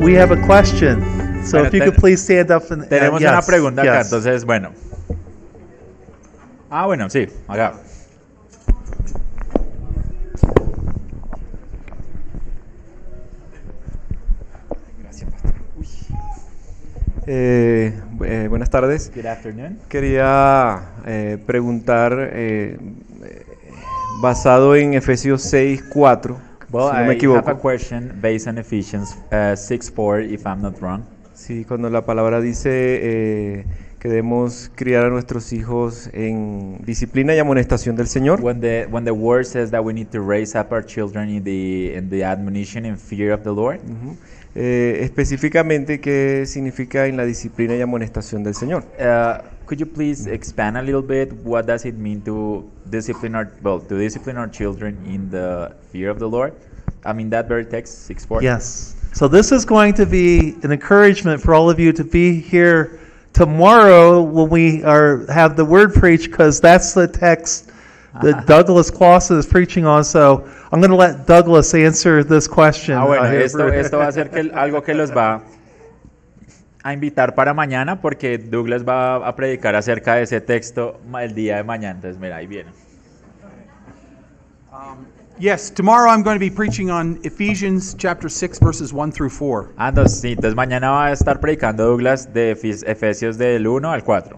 We have a question. So Bueno, if you ten- could please stand up and Eh, Tenemos and yes, una pregunta acá, yes. entonces, bueno. Ah, bueno, sí, acá. Eh, bu- eh, buenas tardes. Good afternoon. Quería eh, preguntar, eh, eh, basado en Efesios 6, 4, Well, si no me I have a equivoco, question based on Ephesians uh, 6:4, if I'm not wrong. sí, cuando la palabra dice eh, que debemos criar a nuestros hijos en disciplina y amonestación del Señor, When the when the word says that we need to raise up our children in the in the admonition and fear of the Lord, Ujú. Eh, específicamente, ¿qué significa en la disciplina y amonestación del Señor? uh, could you please expand a little bit? What does it mean to discipline our well to discipline our children in the fear of the Lord? I mean that very text six four. Yes. So this is going to be an encouragement for all of you to be here tomorrow when we are have the word preached because that's the text that Douglas Clausen is preaching on. So I'm going to let Douglas answer this question. Ah, bueno, uh, here esto, for- esto va a ser que, algo que los va a invitar para mañana porque Douglas va a predicar acerca de ese texto ma- el día de mañana. Entonces, mira, ahí viene. Yes, tomorrow I'm going to be preaching on Ephesians chapter 6 verses 1 through 4. Ah, no, sí, entonces mañana va a estar predicando Douglas de Efes- Efesios del 1 al 4.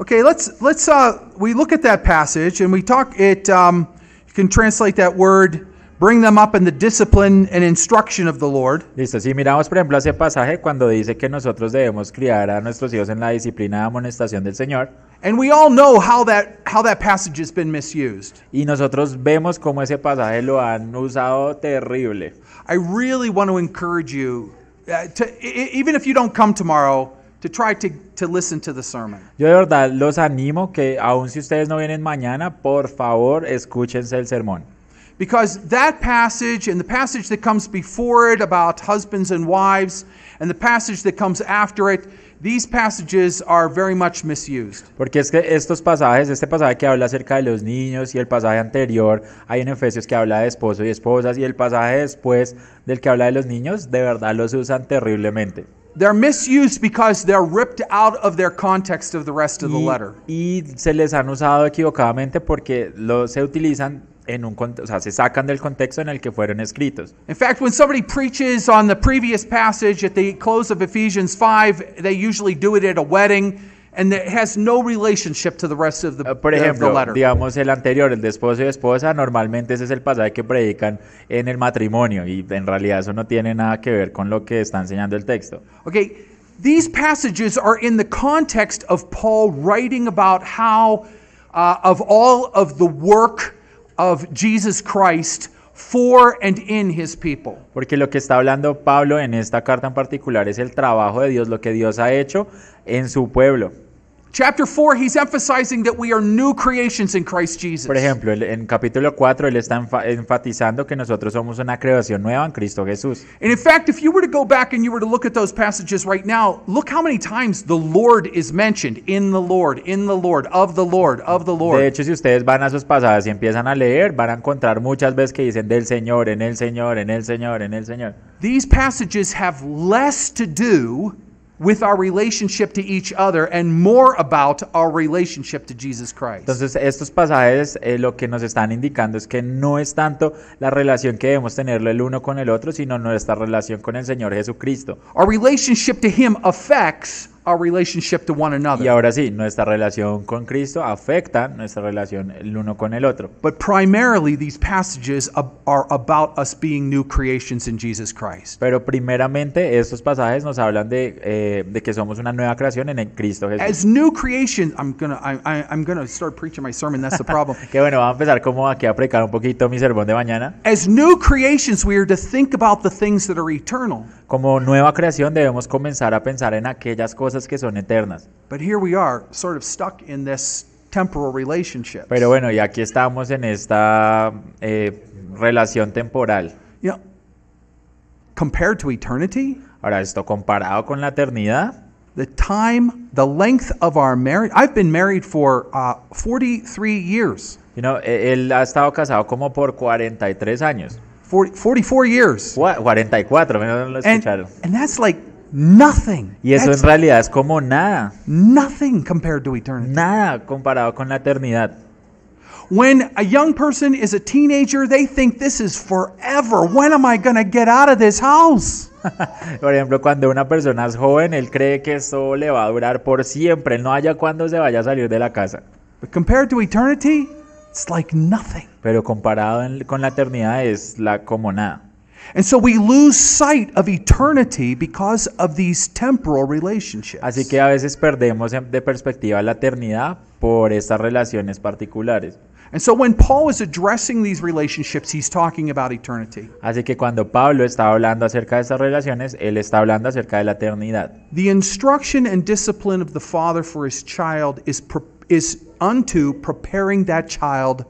Okay, let's let's uh we look at that passage and we talk it um you can translate that word bring them up in the discipline and instruction of the Lord. Listo, si miramos por ejemplo ese pasaje cuando dice que nosotros debemos criar a nuestros hijos en la disciplina de amonestación del Señor And we all know how that how that passage has been misused. y nosotros vemos cómo ese pasaje lo han usado terrible. I really want to encourage you uh, to e- e- even if you don't come tomorrow to try to to listen to the sermon. Yo de verdad los animo que aun si ustedes no vienen mañana, por favor escúchense el sermón. Because that passage and the passage that comes before it about husbands and wives and the passage that comes after it, these passages are very much misused. Porque es que estos pasajes, este pasaje que habla acerca de los niños y el pasaje anterior, hay en Efesios que habla de esposo y esposas y el pasaje después del que habla de los niños, de verdad los usan terriblemente. They're misused because they're ripped out of their context of the rest of the Y, letter. y se les han usado equivocadamente porque lo, se utilizan en un cont- o sea, se sacan del contexto en el que fueron escritos. In fact, when somebody preaches on the previous passage at the close of Ephesians 5, they usually do it at a wedding and it has no relationship to the rest of the, Eh, Por of the ejemplo, letter. digamos el anterior, el de esposo y esposa, normalmente ese es el pasaje que predican en el matrimonio y en realidad eso no tiene nada que ver con lo que está enseñando el texto. Okay, these passages are in the context of Paul writing about how, uh, of all of the work of Jesus Christ for and in his people. Porque lo que está hablando Pablo en esta carta en particular es el trabajo de Dios, lo que Dios ha hecho en su pueblo. Chapter 4, he's emphasizing that we are new creations in Christ Jesus. Por ejemplo, él- en capítulo 4 él está enfa- enfatizando que nosotros somos una creación nueva en Cristo Jesús. And in fact, if you were to go back and you were to look at those passages right now, look how many times the Lord is mentioned in the Lord, in the Lord, of the Lord, of the Lord. De hecho, si ustedes van a sus pasajes y empiezan a leer, van a encontrar muchas veces que dicen del Señor, en el Señor, en el Señor, en el Señor. These passages have less to do with our relationship to each other and more about our relationship to Jesus Christ. Entonces, estos pasajes eh, lo que nos están indicando es que no es tanto la relación que debemos tenerlo el uno con el otro, sino nuestra relación con el Señor Jesucristo. Our relationship to Him affects our relationship to one Y another. ahora sí, nuestra relación con Cristo afecta nuestra relación el uno con el otro. But primarily, these passages ab- are about us being new creations in Jesus Christ. Pero primeramente, estos pasajes nos hablan de, eh, de que somos una nueva creación en el Cristo Jesús. As new creation, I'm gonna I, I, I'm gonna start preaching my sermon. That's the problem. Que bueno, vamos a empezar como aquí a predicar un poquito mi sermón de mañana. As new creations, we are to think about the things that are eternal. Como nueva creación debemos comenzar a pensar en aquellas cosas que son eternas. But here we are, sort of stuck in this temporal relationship. Pero bueno, y aquí estamos en esta eh, relación temporal. You know, compared to eternity, Ahora, esto comparado con la eternidad, the time, the length of our marriage. I've been married for uh, 43 years. e, you know, eh, él ha estado casado como por 43 años. 40, 44 years. Gua- 44, menos lo And, escucharon. and that's like nothing. Y eso en That's realidad es como nada, nothing compared to eternity. nada comparado con la eternidad. When a young person is a teenager, they think this is forever. When am I going to get out of this house? Por ejemplo, cuando una persona es joven, él cree que esto le va a durar por siempre, él no haya cuándo se vaya a salir de la casa. But compared to eternity, it's like nothing. Pero comparado en- con la eternidad es la como nada. And so we lose sight of eternity because of these temporal relationships. Así que a veces perdemos en- de perspectiva la eternidad por estas relaciones particulares. And so when Paul is addressing these relationships, he's talking about eternity. Así que cuando Pablo está hablando acerca de estas relaciones, él está hablando acerca de la eternidad. The instruction and discipline of the father for his child is, pre- is unto preparing that child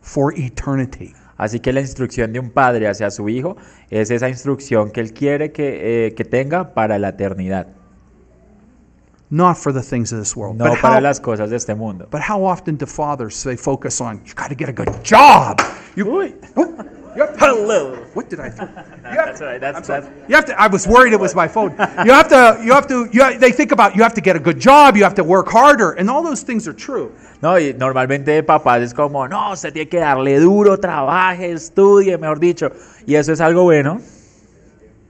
for eternity. Así que la instrucción de un padre hacia su hijo es esa instrucción que él quiere que, eh, que tenga para la eternidad, Not for the things of this world. no but, para how, las cosas de este mundo. but how often do fathers they focus on, you got to get a good job? You, oh, you have to- What did I do? You have, That's all right, that's- I'm sorry. that's- You have to, I was worried it was my phone. You have to, you have to, you have- they think about you have to get a good job, you have to work harder, and all those things are true. No, y normalmente de papás es como, no, usted tiene que darle duro, trabaje, estudie, mejor dicho. Y eso es algo bueno,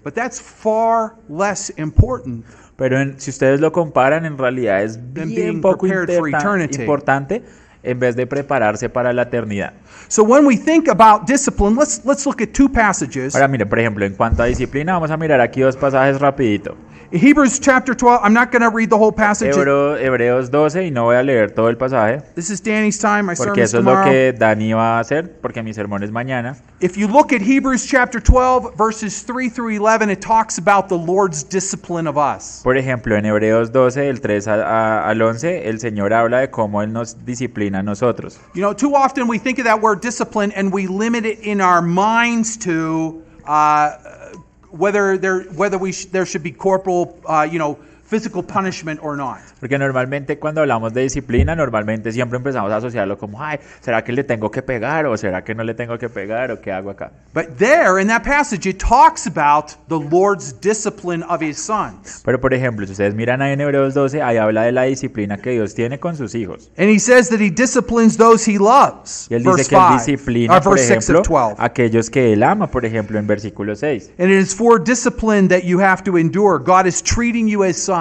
But that's far less important pero en- si ustedes lo comparan, en realidad es Than bien being poco prepared for interta- eternity. importante en vez de prepararse para la eternidad. So when we think about discipline, let's let's look at two passages. Ahora, mire, por ejemplo, en cuanto a disciplina, vamos a mirar aquí dos pasajes rapidito. Hebrews chapter 12. I'm not going to read the whole passage. Hebro- Hebreos 12, y no voy a leer todo el pasaje, This is Danny's time. My Porque sermon's eso es lo tomorrow. que Dani va a hacer, porque mi sermón es mañana. If you look at Hebrews chapter 12, verses 3 through 11, it talks about the Lord's discipline of us. Por ejemplo, en Hebreos 12, del 3 a- a- al 11, el Señor habla de cómo Él nos disciplina a nosotros. You know, too often we think of that word discipline and we limit it in our minds to uh, whether there whether we sh- there should be corporal, uh, you know, physical punishment or not. Porque normalmente cuando hablamos de disciplina, normalmente siempre empezamos a asociarlo como, ay, ¿será que le tengo que pegar? ¿O será que no le tengo que pegar? ¿O qué hago acá? But there in that passage, it talks about the Lord's discipline of his sons. Pero por ejemplo, si ustedes miran ahí en Hebreos 12, ahí habla de la disciplina que Dios tiene con sus hijos. And he says that he disciplines those he loves. Y Él verse dice que Él 5, disciplina, or por verse 6 ejemplo, of 12. aquellos que Él ama, por ejemplo, en versículo 6. And it is for discipline that you have to endure. God is treating you as sons.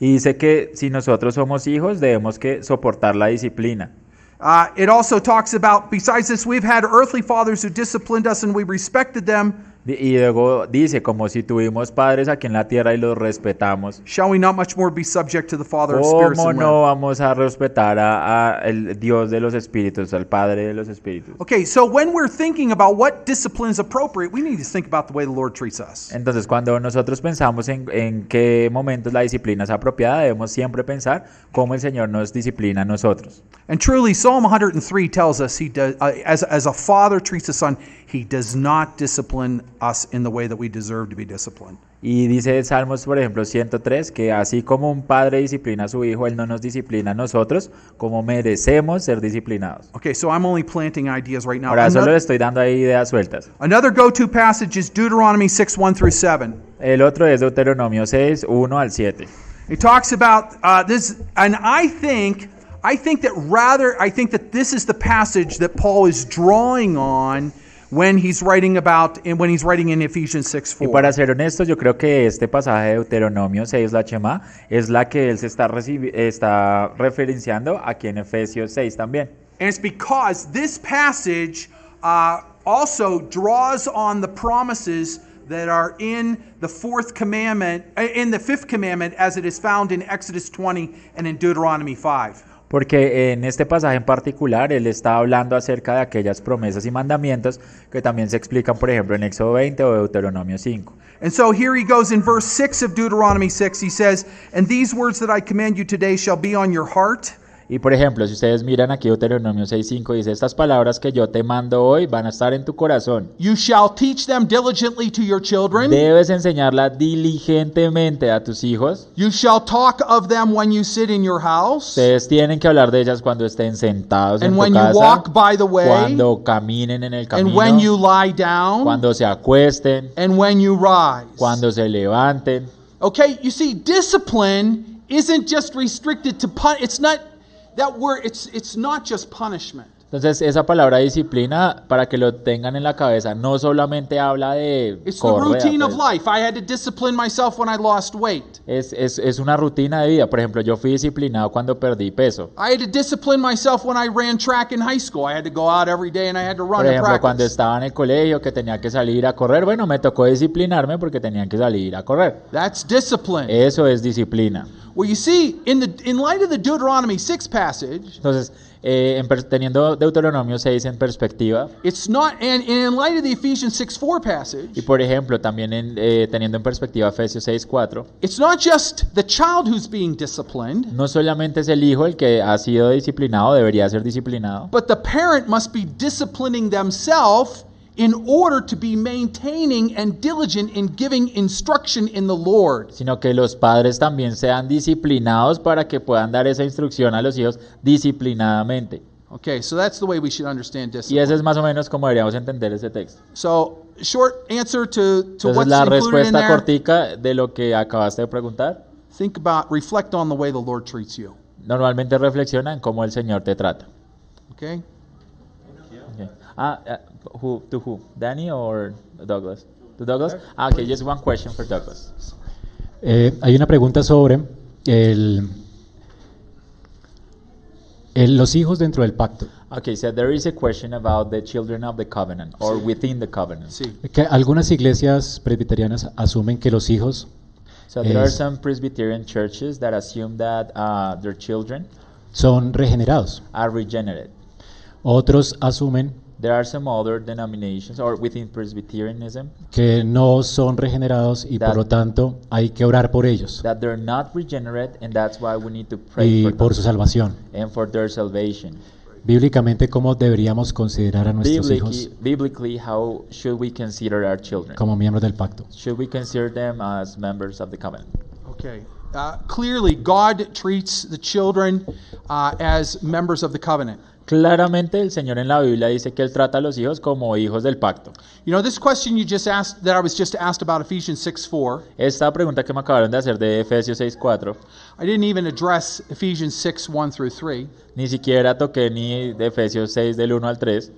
Y dice que si nosotros somos hijos, debemos que soportar la disciplina. Uh, it also talks about, besides this, we've had earthly fathers who disciplined us and we respected them. Di- Y luego dice, como si tuvimos padres aquí en la tierra y los respetamos, Shall we not much more be subject to the Father of spirits ¿cómo and no wrath? vamos a respetar a, a el Dios de los espíritus, al Padre de los espíritus? Okay, so when we're thinking about what discipline is appropriate, we need to think about the way the Lord treats us. Entonces, cuando nosotros pensamos en, en qué momentos la disciplina es apropiada, debemos siempre pensar cómo el Señor nos disciplina a nosotros. And truly, Psalm 103 tells us he does, uh, as, as a father treats a son, he does not discipline us in the way that we deserve to be disciplined. Y dice Salmos, por ejemplo, 103, que así como un padre disciplina a su hijo, Él no nos disciplina a nosotros como merecemos ser disciplinados. Okay, so I'm only planting ideas right now. Ahora solo Another, estoy dando ahí ideas sueltas. another go-to passage is Deuteronomy 6, 1 through 7. El otro es Deuteronomio 6, 1 al 7. It talks about uh, this, and I think, I think that rather, I think that this is the passage that Paul is drawing on when he's writing about, and when he's writing in Ephesians 6, 4. Y para ser honesto, yo creo que este pasaje de Deuteronomio 6, la Chema, es la que él se está, recibi- está referenciando aquí en Efesios 6 también. And it's because this passage uh, also draws on the promises that are in the fourth commandment, uh, in the fifth commandment, as it is found in Exodus 20 and in Deuteronomy 5. Porque en este pasaje en particular él está hablando acerca de aquellas promesas y mandamientos que también se explican, por ejemplo, en Éxodo 20 o Deuteronomio 5. And so here he goes in verse 6 of Deuteronomy 6. He says, And these words that I command you today shall be on your heart. Y por ejemplo, si ustedes miran aquí Deuteronomio 6.5, dice, estas palabras que yo te mando hoy van a estar en tu corazón. You shall teach them diligently to your children. Debes enseñarla diligentemente a tus hijos. You shall talk of them when you sit in your house Ustedes tienen que hablar de ellas cuando estén sentados en and tu when you casa, walk by the way cuando caminen en el and camino, when you lie down cuando se acuesten, and when you rise. cuando se levanten. Okay, you see, discipline isn't just restricted to pun. It's not that word. It's it's not just punishment. Entonces, esa palabra disciplina, para que lo tengan en la cabeza, no solamente habla de It's the correa, routine of pues. life. I had to discipline myself when I lost weight. Es, es- es una rutina de vida. Por ejemplo, yo fui disciplinado cuando perdí peso. I had to discipline myself when I ran track in high school. I had to go out every day and I had to run Por to ejemplo, cuando practice. estaba en el colegio que tenía que salir a correr, bueno, me tocó disciplinarme porque tenía que salir a correr. That's discipline. Eso es disciplina. Well, you see, in the in light of the Deuteronomy 6 passage, Entonces, eh, en per- teniendo Deuteronomio 6 en perspectiva, it's not and, and in light of the Ephesians 6 4 y passage, por ejemplo, también en, eh, teniendo en perspectiva Efesios 6, 4, it's not just the child who's being disciplined, no solamente es el hijo el que ha sido disciplinado, debería ser disciplinado, but the parent must be disciplining themselves in order to be maintaining and diligent in giving instruction in the Lord. sino que los padres también sean disciplinados para que puedan dar esa instrucción a los hijos disciplinadamente. Okay, so that's the way we should understand Y discipline. ese es más o menos como deberíamos entender ese texto. So, short answer to, to Entonces what's la included in respuesta there. cortica de lo que acabaste de preguntar, Think about, reflect on the way the Lord treats you. normalmente reflexiona en cómo el Señor te trata. Okay? Okay. Ah, uh, who to who? Danny or Douglas? To Douglas? Ah, okay, just one question for Douglas. Eh, hay una pregunta sobre el- el- los hijos dentro del pacto. Okay, so there is a question about the children of the covenant or within the covenant. See. Que algunas iglesias presbiterianas asumen que los hijos So there are Yes. some Presbyterian churches that assume that uh, their children son regenerados. are regenerate. Otros asumen There are some other denominations or within Presbyterianism que no son regenerados y That- por lo tanto hay que orar por ellos that they're not regenerate, and that's why we need to pray y for por them su salvación. and for their salvation. Bíblicamente, ¿cómo deberíamos considerar a nuestros Biblically, hijos biblically, how should we consider our children? como miembros del pacto? Should we consider them as members of the covenant? Okay. Uh, clearly, God treats the children uh, as members of the covenant. Claramente el Señor en la Biblia dice que Él trata a los hijos como hijos del pacto. You know, this question you just asked, that I was just asked about Ephesians 6 4, Esta pregunta que me acabaron de hacer de Efesios 6.4, I didn't even address Ephesians 6 1 through 3. ni siquiera toqué ni de Efesios 6 del 1 al 3,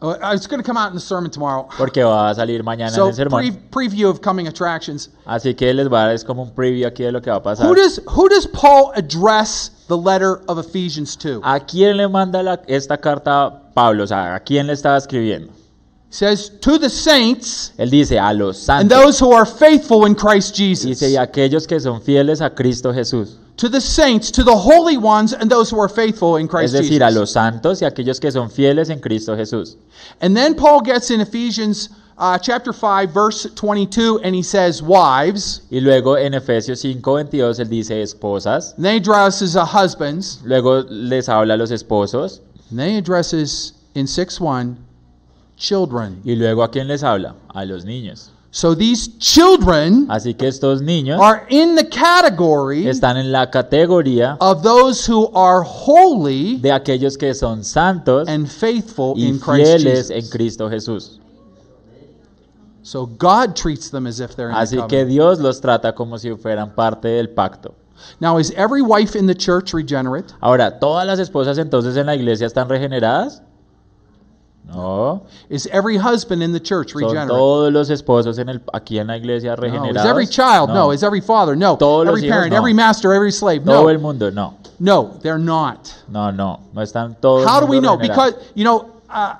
Oh, uh, It's going to come out in the sermon tomorrow. porque va a salir mañana en So, el sermón. pre- preview of coming attractions. Así que les va a dar es como un preview aquí de lo que va a pasar. Who does, who does Paul address the letter of Ephesians 2? ¿A quién le manda la- esta carta Pablo? O sea, ¿a quién le estaba escribiendo? says, To the saints Él dice, a los and santos. those who are faithful in Christ Jesus. Dice, y aquellos que son fieles a Cristo Jesús. To the saints, to the holy ones, and those who are faithful in Es Christ decir, a Jesus. los santos y aquellos que son fieles en Cristo Jesús. And then Paul gets in Ephesians uh, chapter 5, verse 22, and he says, Wives. Y luego en Efesios 5:22 él dice esposas, And then he addresses the husbands. luego les habla a los esposos And then he addresses in 6 1, children. y luego a quién les habla? A los niños. So these children Así que estos niños are in the category están en la categoría of those who are holy de aquellos que son santos and faithful y in Christ fieles en Jesus. Cristo Jesús. So God treats them as if they're in the Así que covenant. Dios los trata como si fueran parte del pacto. Now, is every wife in the church regenerate? Ahora, ¿todas las esposas entonces en la iglesia están regeneradas? No, Is every husband in the church son regenerate? todos los esposos en el, aquí en la iglesia no. regenerados. Is every child? No. Is every father? No. Todos los every hijos, parent, no. every master, every slave? Todo el No. mundo, no. No, they're not. No, no, no están todos. How do we know? regenerados. Because, you know, uh,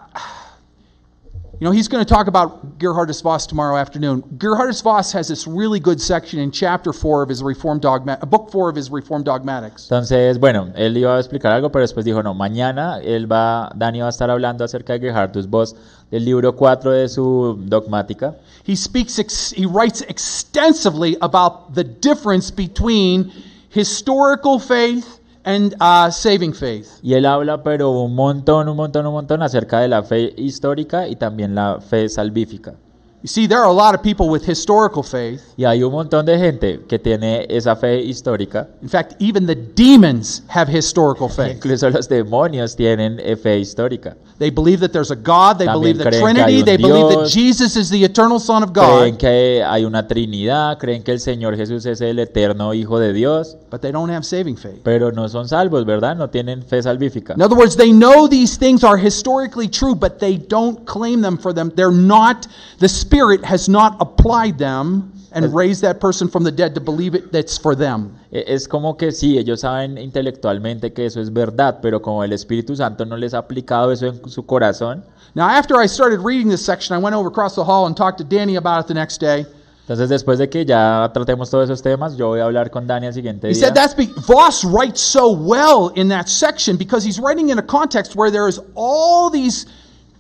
you know, he's going to talk about Gerhardus Voss tomorrow afternoon. Gerhardus Voss has this really good section in chapter four of his Reformed Dogma, book four of his Reformed Dogmatics. Entonces, bueno, él iba a explicar algo, pero después dijo, no, mañana él va, Dani va a estar hablando acerca de Gerhardus Voss, del libro 4 de su dogmática. He speaks, ex- he writes extensively about the difference between historical faith and uh, saving faith. Y él habla, pero un montón, un montón, un montón acerca de la fe histórica y también la fe salvífica. You see, there are a lot of people with historical faith. Y hay un montón de gente que tiene esa fe histórica. In fact, even the demons have historical faith. Incluso los demonios tienen eh, fe histórica. They believe that there's a God, they También believe the creen que hay Trinity, un they believe that Dios. Jesus is the eternal Son of Creen God, que hay una Trinidad, creen que el Señor Jesús es el eterno Hijo de Dios, but they don't have saving faith. pero no son salvos, ¿verdad? No tienen fe salvífica. In other words, they know these things are historically true, but they don't claim them for them. They're not, the Spirit has not applied them and raised that person from the dead to believe it that's for them. E- Es como que sí, ellos saben intelectualmente que eso es verdad, pero como el Espíritu Santo no les ha aplicado eso en su corazón, Now, after I started reading this section, I went over across the hall and talked to Danny about it the next day. entonces después de que ya tratemos todos esos temas, yo voy a hablar con Dani al siguiente He día. said that's be- Voss writes so well in that section because he's writing in a context where there is all these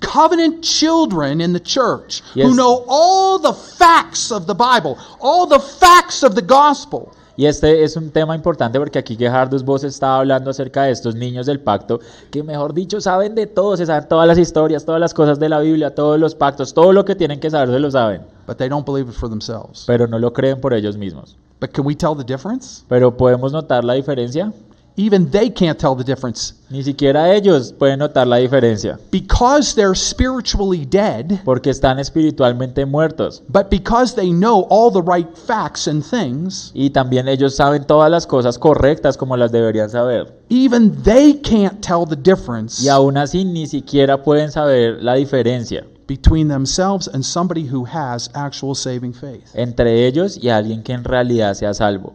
covenant children in the church who Yes. know all the facts of the Bible, all the facts of the gospel. Y este es un tema importante porque aquí Gerhardus Vos estaba hablando acerca de estos niños del pacto, que mejor dicho saben de todo, se saben todas las historias, todas las cosas de la Biblia, todos los pactos, todo lo que tienen que saber se lo saben, But they don't believe it for themselves. pero no lo creen por ellos mismos. But can we tell the difference? Pero podemos notar la diferencia, Even they can't tell the difference. ni siquiera ellos pueden notar la diferencia, Because they're spiritually dead, porque están espiritualmente muertos. but because they know all the right facts and things, Y también ellos saben todas las cosas correctas como las deberían saber. even they can't tell the difference. Y aún así ni siquiera pueden saber la diferencia between themselves and somebody who has actual saving faith. entre ellos y alguien que en realidad sea salvo.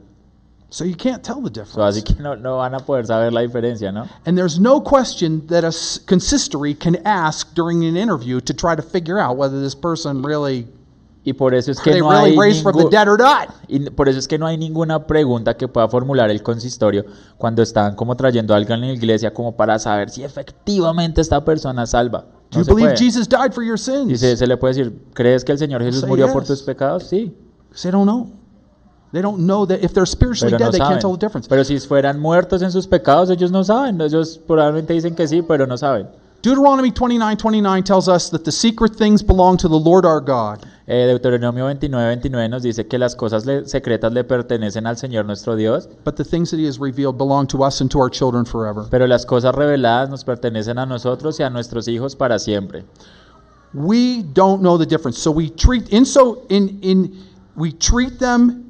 So you can't tell the difference. So, así que no, no van a poder saber la diferencia, ¿no? And there's no question that a s- consistory can ask during an interview to try to figure out whether this person really Y por eso es are que they no really hay raised from the ningú- dead or not. y n- por eso es que no hay ninguna pregunta que pueda formular el consistorio cuando están como trayendo a alguien en la iglesia como para saber si efectivamente esta persona es salva. Do No you se believe puede. Jesus died for your Y sins? se, se le puede decir, ¿crees que el Señor Jesús Say murió por yes. tus pecados? Sí, 'Cause they don't know. They don't know that if they're spiritually pero dead, no they saben. can't tell the difference. Pero si fueran muertos en sus pecados, ellos no saben. Ellos probablemente dicen que sí, pero no saben. Deuteronomy 29:29 tells us that the secret things belong to the Lord our God. Eh, Deuteronomio 29, 29 nos dice que las cosas le- secretas le pertenecen al Señor nuestro Dios But the things that he has revealed belong to us and to our children forever. Pero las cosas reveladas nos pertenecen a nosotros y a nuestros hijos para siempre. we don't know the difference so we treat in so in in we treat them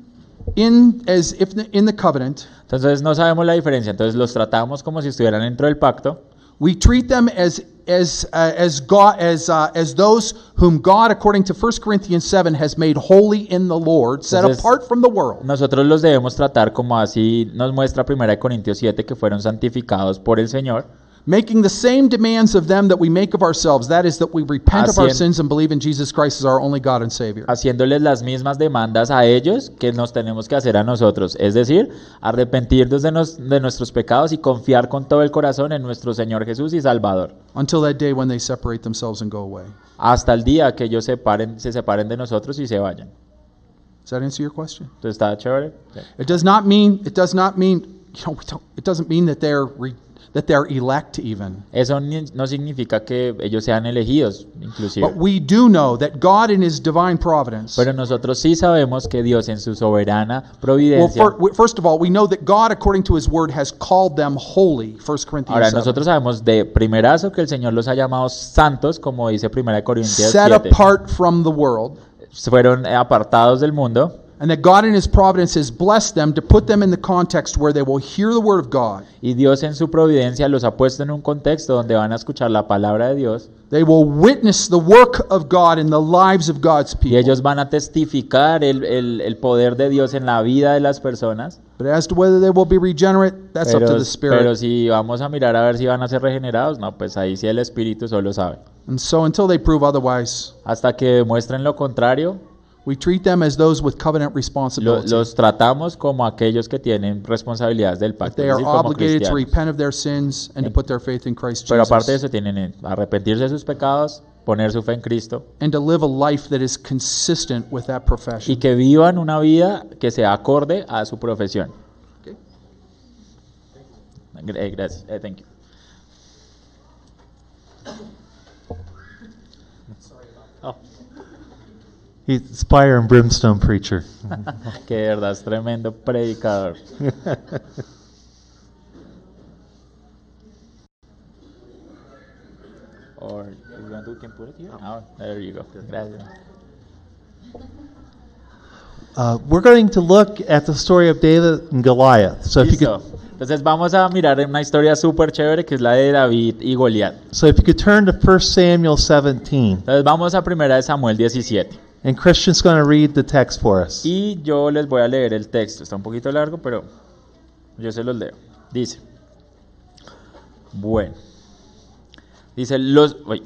in as if the- in the covenant Entonces no sabemos la diferencia, entonces los tratamos como si estuvieran dentro del pacto, we treat them as as uh, as god as uh, as those whom god according to 1 corinthians 7 has made holy in the lord set Entonces- apart from the world nosotros los debemos tratar como así nos muestra 1 Corintios 7 que fueron santificados por el Señor, making the same demands of them that we make of ourselves that is that we repent of our Haciendo- sins and believe in jesus christ as our only god and savior haciéndoles las mismas demandas a ellos que nos tenemos que hacer a nosotros, es decir, arrepentirnos de, nos- de nuestros pecados y confiar con todo el corazón en nuestro Señor Jesús y Salvador, until that day when they separate themselves and go away hasta el día que ellos separen- se separen de nosotros y se vayan. does that answer your question Entonces está chévere. Sí. It does not mean it does not mean you know we don't, it doesn't mean that they're re, that they're elect even. Eso ni- no significa que ellos sean elegidos, inclusive. But we do know that God in His divine providence. Pero nosotros sí sabemos que Dios en su soberana well, providencia. fir- we- first of all, we know that God, according to His word, has called them holy. 1 Ahora Corinthians nosotros 7. sabemos de primerazo que el Señor los ha llamado santos, como dice 1 Corintios Set 7. apart from the world, Fueron eh, apartados del mundo and that God in His providence has blessed them to put them in the context where they will hear the word of God, y Dios en su providencia los ha puesto en un contexto donde van a escuchar la palabra de Dios they will witness the work of God in the lives of God's y people. ellos van a testificar el, el- el poder de Dios en la vida de las personas. but as to whether they will be regenerate, that's up Pero, to the Spirit. pero si vamos a mirar a ver si van a ser regenerados, no, pues ahí sí el Espíritu solo sabe. and so until they prove otherwise, Hasta que demuestren lo contrario, We treat them as those with covenant lo- responsibility. los tratamos como aquellos que tienen responsabilidades del pacto, they es are decir, como obligated to cristianos. Eh, repent of their sins and to put their faith in Christ Pero aparte de Jesus eso, tienen eh, arrepentirse de sus pecados, poner su fe en Cristo and to live a life that is consistent with that y profession. que vivan una vida que sea acorde a su profesión. Eh, Gracias. Eh, thank you. He's a fire and brimstone preacher. Que de verdad es tremendo predicador. Or if you want to, we can put it here. Ah, there you go. Gracias. Uh, we're going to look at the story of David and Goliath. So if you Listo. could, Entonces vamos a mirar una historia súper chévere que es la de David y Goliat. so if you could turn to 1 Samuel 17, Entonces vamos a primera de Samuel 17. and Christian's going to read the text for us. Y yo les voy a leer el texto. Está un poquito largo, pero yo se los leo. Dice. Bueno. Dice, los, uy.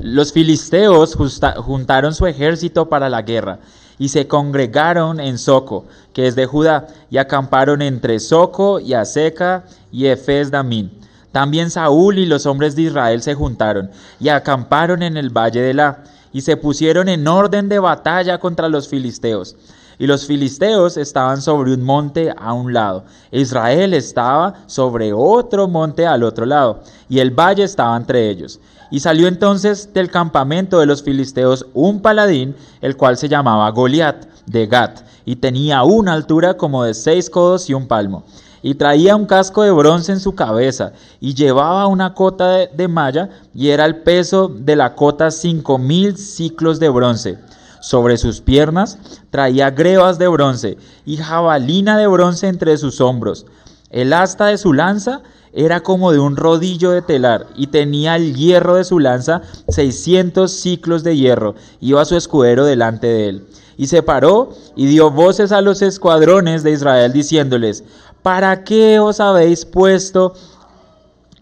los filisteos justa- juntaron su ejército para la guerra y se congregaron en Soco, que es de Judá, y acamparon entre Soco y Aseca y Efes Damín. También Saúl y los hombres de Israel se juntaron y acamparon en el valle de La y se pusieron en orden de batalla contra los filisteos. Y los filisteos estaban sobre un monte a un lado, Israel estaba sobre otro monte al otro lado, y el valle estaba entre ellos. Y salió entonces del campamento de los filisteos un paladín, el cual se llamaba Goliat de Gat, y tenía una altura como de seis codos y un palmo. Y traía un casco de bronce en su cabeza, y llevaba una cota de, de malla, y era el peso de la cota cinco mil ciclos de bronce. Sobre sus piernas traía grebas de bronce y jabalina de bronce entre sus hombros. El asta de su lanza era como de un rodillo de telar y tenía el hierro de su lanza 600 ciclos de hierro. Iba su escudero delante de él. Y se paró y dio voces a los escuadrones de Israel diciéndoles, ¿para qué os habéis puesto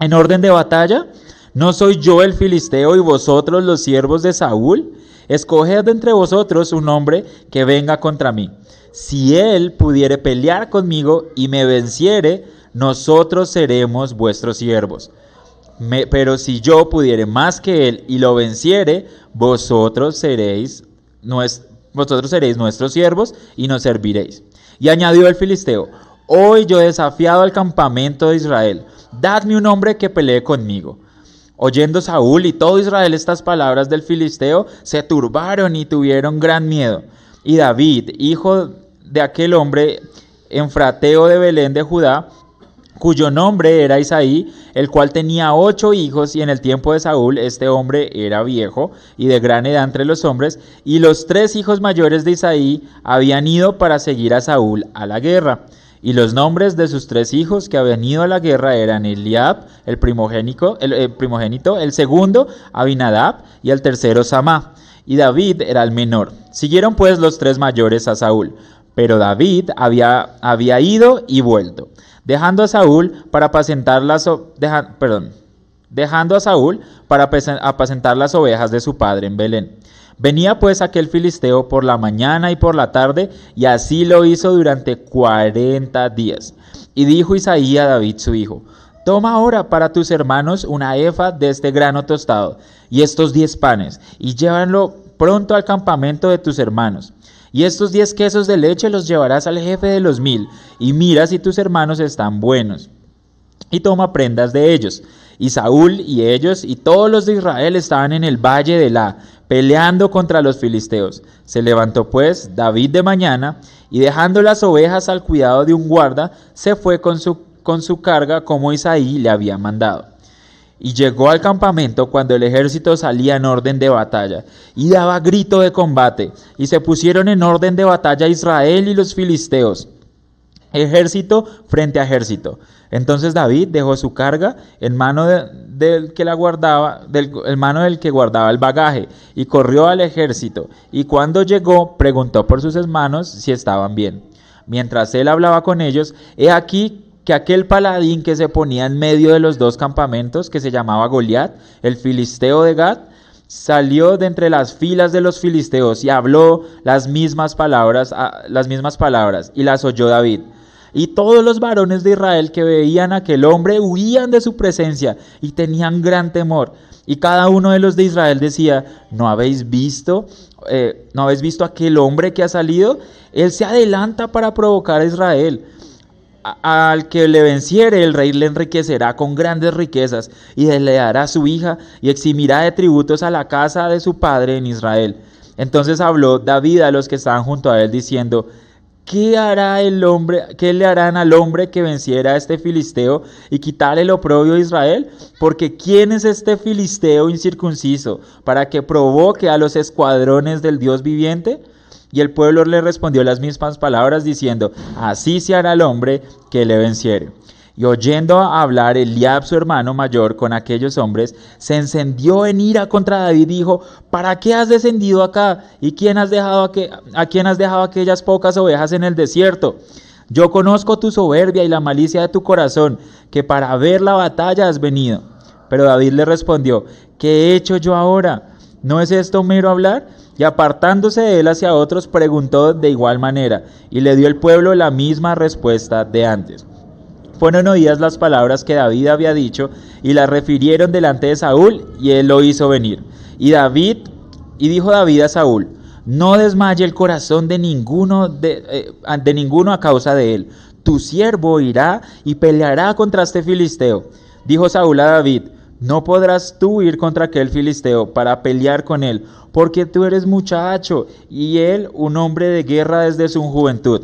en orden de batalla? ¿No soy yo el filisteo y vosotros los siervos de Saúl? Escoged de entre vosotros un hombre que venga contra mí. Si él pudiere pelear conmigo y me venciere, nosotros seremos vuestros siervos. Me- pero si yo pudiere más que él y lo venciere, vosotros seréis, nues- vosotros seréis nuestros siervos y nos serviréis. Y añadió el filisteo, hoy yo he desafiado al campamento de Israel, dadme un hombre que pelee conmigo. Oyendo Saúl y todo Israel estas palabras del filisteo, se turbaron y tuvieron gran miedo. Y David, hijo de aquel hombre, enfrateo de Belén de Judá, cuyo nombre era Isaí, el cual tenía ocho hijos, y en el tiempo de Saúl este hombre era viejo y de gran edad entre los hombres, y los tres hijos mayores de Isaí habían ido para seguir a Saúl a la guerra. Y los nombres de sus tres hijos que habían ido a la guerra eran Eliab, el primogénico- el, el primogénito, el segundo Abinadab y el tercero Samá. Y David era el menor. Siguieron pues los tres mayores a Saúl. Pero David había, había ido y vuelto, dejando a Saúl para apacentar las, o- deja- perdón, dejando a Saúl para apacen- apacentar las ovejas de su padre en Belén. Venía pues aquel filisteo por la mañana y por la tarde, y así lo hizo durante cuarenta días. Y dijo Isaí a David su hijo, Toma ahora para tus hermanos una efa de este grano tostado, y estos diez panes, y llévanlo pronto al campamento de tus hermanos. Y estos diez quesos de leche los llevarás al jefe de los mil, y mira si tus hermanos están buenos y toma prendas de ellos. Y Saúl y ellos y todos los de Israel estaban en el valle de La, peleando contra los filisteos. Se levantó pues David de mañana y dejando las ovejas al cuidado de un guarda, se fue con su, con su carga como Isaí le había mandado. Y llegó al campamento cuando el ejército salía en orden de batalla y daba grito de combate. Y se pusieron en orden de batalla Israel y los filisteos ejército frente a ejército. Entonces David dejó su carga en mano de- del que la guardaba, del, en mano del que guardaba el bagaje, y corrió al ejército. Y cuando llegó, preguntó por sus hermanos si estaban bien. Mientras él hablaba con ellos, he aquí que aquel paladín que se ponía en medio de los dos campamentos, que se llamaba Goliat, el filisteo de Gad, salió de entre las filas de los filisteos y habló las mismas palabras, a- las mismas palabras, y las oyó David. Y todos los varones de Israel que veían a aquel hombre huían de su presencia y tenían gran temor. Y cada uno de los de Israel decía, ¿no habéis visto? eh, ¿No habéis visto aquel hombre que ha salido? Él se adelanta para provocar a Israel. a- al que le venciere, el rey le enriquecerá con grandes riquezas y le dará su hija y eximirá de tributos a la casa de su padre en Israel. Entonces habló David a los que estaban junto a él diciendo, ¿Qué hará el hombre, qué le harán al hombre que venciera a este filisteo y quitarle el oprobio a Israel? Porque ¿quién es este filisteo incircunciso para que provoque a los escuadrones del Dios viviente? Y el pueblo le respondió las mismas palabras diciendo, así se hará el hombre que le venciere. Y oyendo hablar Eliab, su hermano mayor, con aquellos hombres, se encendió en ira contra David y dijo, ¿para qué has descendido acá? ¿Y quién has dejado aque- a quién has dejado aquellas pocas ovejas en el desierto? Yo conozco tu soberbia y la malicia de tu corazón, que para ver la batalla has venido. Pero David le respondió, ¿qué he hecho yo ahora? ¿No es esto mero hablar? Y apartándose de él hacia otros, preguntó de igual manera, y le dio el pueblo la misma respuesta de antes. Fueron oídas las palabras que David había dicho y las refirieron delante de Saúl y él lo hizo venir. Y David y dijo David a Saúl: No desmaye el corazón de ninguno de, eh, de ninguno a causa de él. Tu siervo irá y peleará contra este filisteo. Dijo Saúl a David: No podrás tú ir contra aquel filisteo para pelear con él, porque tú eres muchacho y él un hombre de guerra desde su juventud.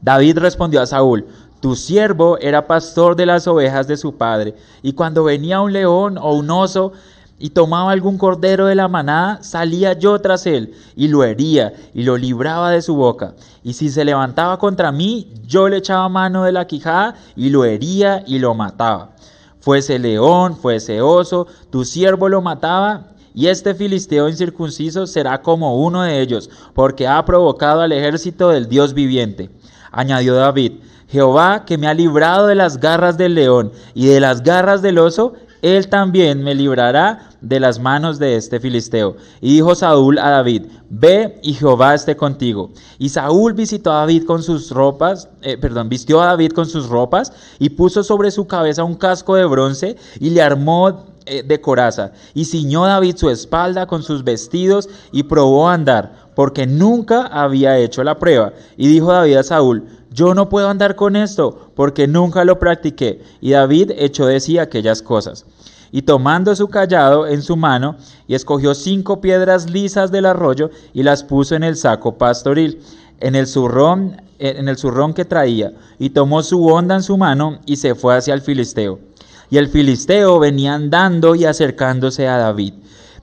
David respondió a Saúl, tu siervo era pastor de las ovejas de su padre, y cuando venía un león o un oso y tomaba algún cordero de la manada, salía yo tras él y lo hería y lo libraba de su boca. Y si se levantaba contra mí, yo le echaba mano de la quijada y lo hería y lo mataba. Fuese león, fuese oso, tu siervo lo mataba, y este filisteo incircunciso será como uno de ellos, porque ha provocado al ejército del Dios viviente. Añadió David, Jehová que me ha librado de las garras del león y de las garras del oso, él también me librará de las manos de este filisteo. Y dijo Saúl a David, ve y Jehová esté contigo. Y Saúl visitó a David con sus ropas, eh, perdón, vistió a David con sus ropas y puso sobre su cabeza un casco de bronce y le armó eh, de coraza. Y ciñó David su espalda con sus vestidos y probó a andar, porque nunca había hecho la prueba. Y dijo David a Saúl, yo no puedo andar con esto, porque nunca lo practiqué. Y David echó de sí aquellas cosas. Y tomando su callado en su mano, y escogió cinco piedras lisas del arroyo y las puso en el saco pastoril, en el zurrón, eh, en el zurrón que traía, y tomó su honda en su mano y se fue hacia el filisteo. Y el filisteo venía andando y acercándose a David,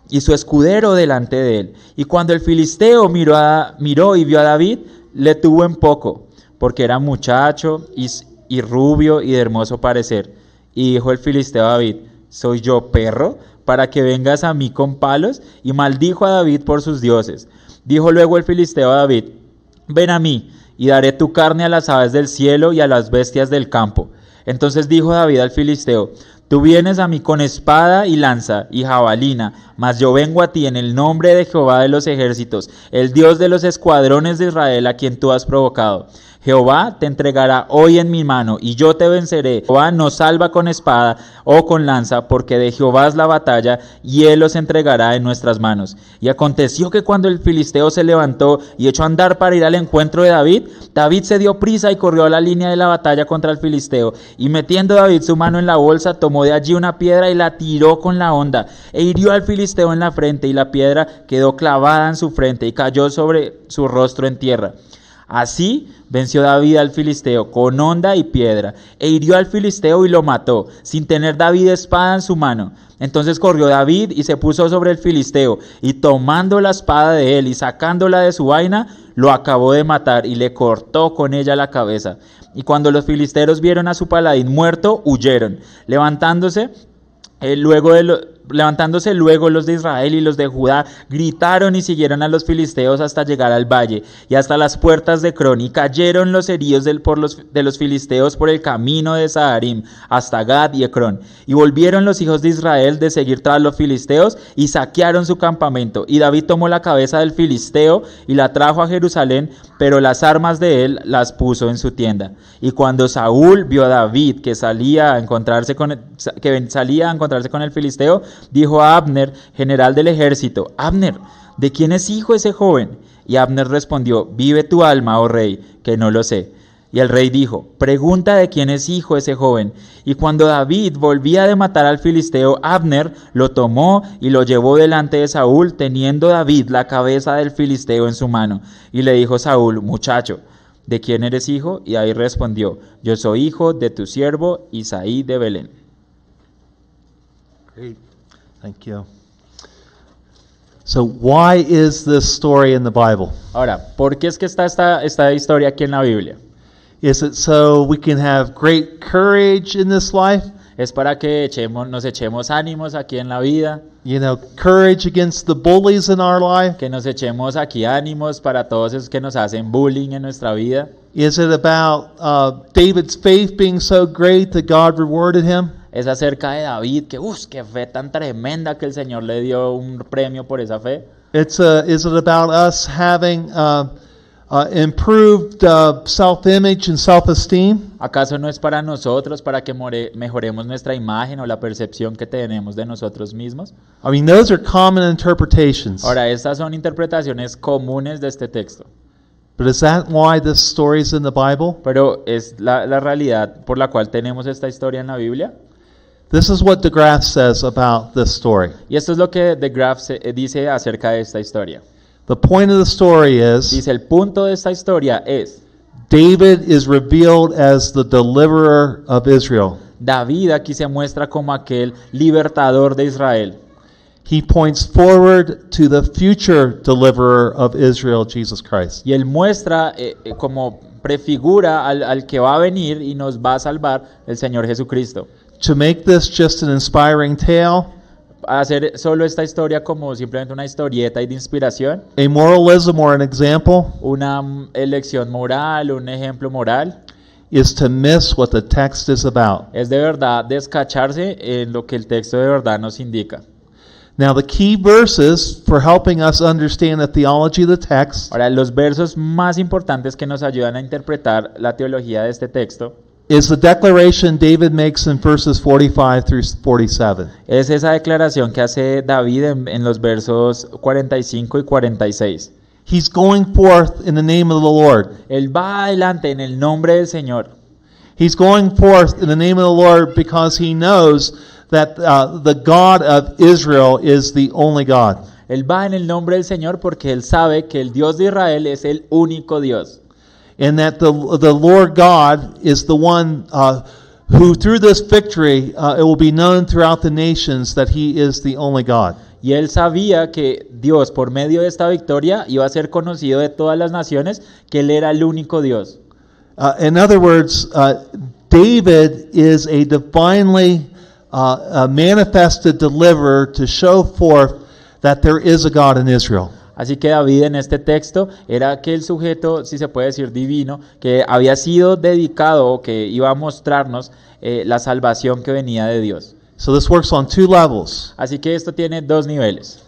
y su escudero delante de él. Y cuando el filisteo miró, a- miró y vio a David, le tuvo en poco, porque era muchacho y, s- y rubio y de hermoso parecer. Y dijo el filisteo a David, ¿soy yo perro para que vengas a mí con palos? Y maldijo a David por sus dioses. Dijo luego el filisteo a David, ven a mí, y daré tu carne a las aves del cielo y a las bestias del campo. Entonces dijo David al filisteo, Tú vienes a mí con espada y lanza y jabalina, mas yo vengo a ti en el nombre de Jehová de los ejércitos, el Dios de los escuadrones de Israel a quien tú has provocado. Jehová te entregará hoy en mi mano, y yo te venceré. Jehová no salva con espada o con lanza, porque de Jehová es la batalla, y él los entregará en nuestras manos. Y aconteció que cuando el filisteo se levantó y echó a andar para ir al encuentro de David, David se dio prisa y corrió a la línea de la batalla contra el filisteo. Y metiendo David su mano en la bolsa, tomó de allí una piedra y la tiró con la honda, e hirió al filisteo en la frente, y la piedra quedó clavada en su frente y cayó sobre su rostro en tierra. Así venció David al filisteo con honda y piedra, e hirió al filisteo y lo mató, sin tener David espada en su mano. Entonces corrió David y se puso sobre el filisteo, y tomando la espada de él y sacándola de su vaina, lo acabó de matar y le cortó con ella la cabeza. Y cuando los filisteos vieron a su paladín muerto, huyeron. Levantándose, eh, luego de lo- levantándose luego los de Israel y los de Judá gritaron y siguieron a los filisteos hasta llegar al valle y hasta las puertas de Cron y cayeron los heridos del- por los, de los filisteos por el camino de Saharim hasta Gad y Ecrón y volvieron los hijos de Israel de seguir tras los filisteos y saquearon su campamento y David tomó la cabeza del filisteo y la trajo a Jerusalén pero las armas de él las puso en su tienda y cuando Saúl vio a David que salía a encontrarse con el- sa- que ven- salía a encontrarse con el filisteo, dijo a Abner, general del ejército, Abner, ¿de quién es hijo ese joven? Y Abner respondió, vive tu alma, oh rey, que no lo sé. Y el rey dijo, pregunta de quién es hijo ese joven. Y cuando David volvía de matar al filisteo Abner, lo tomó y lo llevó delante de Saúl, teniendo David la cabeza del filisteo en su mano. Y le dijo Saúl, muchacho, ¿de quién eres hijo? Y ahí respondió, yo soy hijo de tu siervo Isaí de Belén. Great. Thank you. So, why is this story in the Bible? Ahora, ¿por qué es que está esta, esta historia aquí en la Biblia? Is it so we can have great courage in this life? Es para que echemos, nos echemos ánimos aquí en la vida, You know, courage against the bullies in our life? que nos echemos aquí ánimos para todos esos que nos hacen bullying en nuestra vida. Is it about uh, David's faith being so great that God rewarded him? Es acerca de David, que uff, qué fe tan tremenda que el Señor le dio un premio por esa fe. It's uh, is it about us having uh, uh, improved uh, self-image and self-esteem? ¿Acaso no es para nosotros, para que more- mejoremos nuestra imagen o la percepción que tenemos de nosotros mismos? I mean, those are common interpretations. Ahora, estas son interpretaciones comunes de este texto, But is that why this story is in the Bible? pero es la, la realidad por la cual tenemos esta historia en la Biblia. This is what DeGraff says about this story. Y esto es lo que The Graph se- eh, dice acerca de esta historia. The point of the story is Dice, el punto de esta historia es, David is revealed as the deliverer of Israel. David aquí se muestra como aquel libertador de Israel. He points forward to the future deliverer of Israel, Jesus Christ. Y él muestra eh, eh, como prefigura al, al que va a venir y nos va a salvar el Señor Jesucristo. To make this just an inspiring tale, Hacer solo esta historia como simplemente una historieta y de inspiración, a moralism or an example, una mm, elección moral, un ejemplo moral, is to miss what the text is about. es de verdad descacharse en lo que el texto de verdad nos indica. Now, the key verses for helping us understand the theology of the text Ahora, los versos más importantes que nos ayudan a interpretar la teología de este texto is the declaration David makes in verses 45 through 47. es esa declaración que hace David en, en los versos 45 y 46. He's going forth in the name of the Lord. Él va adelante en el nombre del Señor. He's going forth in the name of the Lord because he knows that uh, the God of Israel is the only God. Él va en el nombre del Señor porque él sabe que el Dios de Israel es el único Dios. And that the, the Lord God is the one uh, who, through this victory, uh, it will be known throughout the nations that he is the only God. Y él sabía que Dios, por medio de esta victoria, iba a ser conocido de todas las naciones, que él era el único Dios. Uh, in other words, uh, David is a divinely uh, uh, manifested deliverer to show forth that there is a God in Israel. Así que David en este texto era aquel sujeto, si se puede decir divino, que había sido dedicado o que iba a mostrarnos eh, la salvación que venía de Dios. So this works on two levels. Así que esto tiene dos niveles.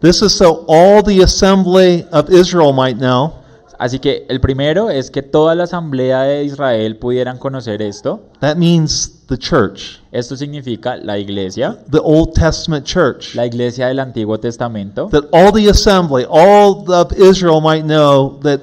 This is so all the assembly of Israel might know Así que el primero es que toda la asamblea de Israel pudieran conocer esto. that means the church, Esto significa la iglesia, the Old Testament church. la iglesia del Antiguo Testamento. That all the assembly, all of Israel might know that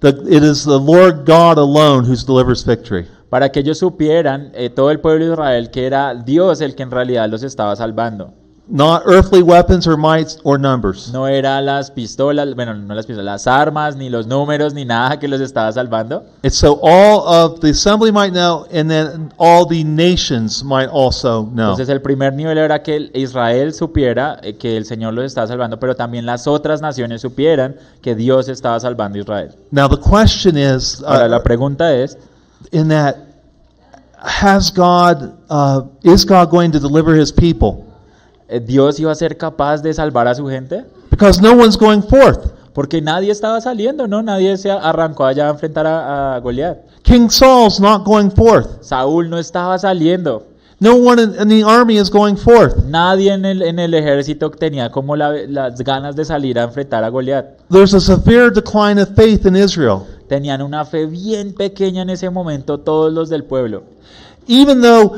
the, it is the Lord God alone who delivers victory. para que ellos supieran, eh, todo el pueblo de Israel, que era Dios el que en realidad los estaba salvando. Not earthly weapons or mights or numbers. No era las pistolas, bueno, no las pistolas, las armas, ni los números, ni nada que los estaba salvando. It's so all of the assembly might know, and then all the nations might also know. Entonces el primer nivel era que el- Israel supiera eh, que el Señor los estaba salvando, pero también las otras naciones supieran que Dios estaba salvando a Israel. Now the question is, Ahora uh, la pregunta es, in that, has God, uh, is God going to deliver His people? ¿eh, ¿Dios iba a ser capaz de salvar a su gente? Because no one's going forth. Porque nadie estaba saliendo, ¿no? Nadie se arrancó allá a enfrentar a, a Goliat. King Saul's not going forth. Saúl no estaba saliendo. No one in, in the army is going forth. Nadie en el, en el ejército tenía como la- las ganas de salir a enfrentar a Goliat. There's a severe decline of faith in Israel. Tenían una fe bien pequeña en ese momento todos los del pueblo. Even though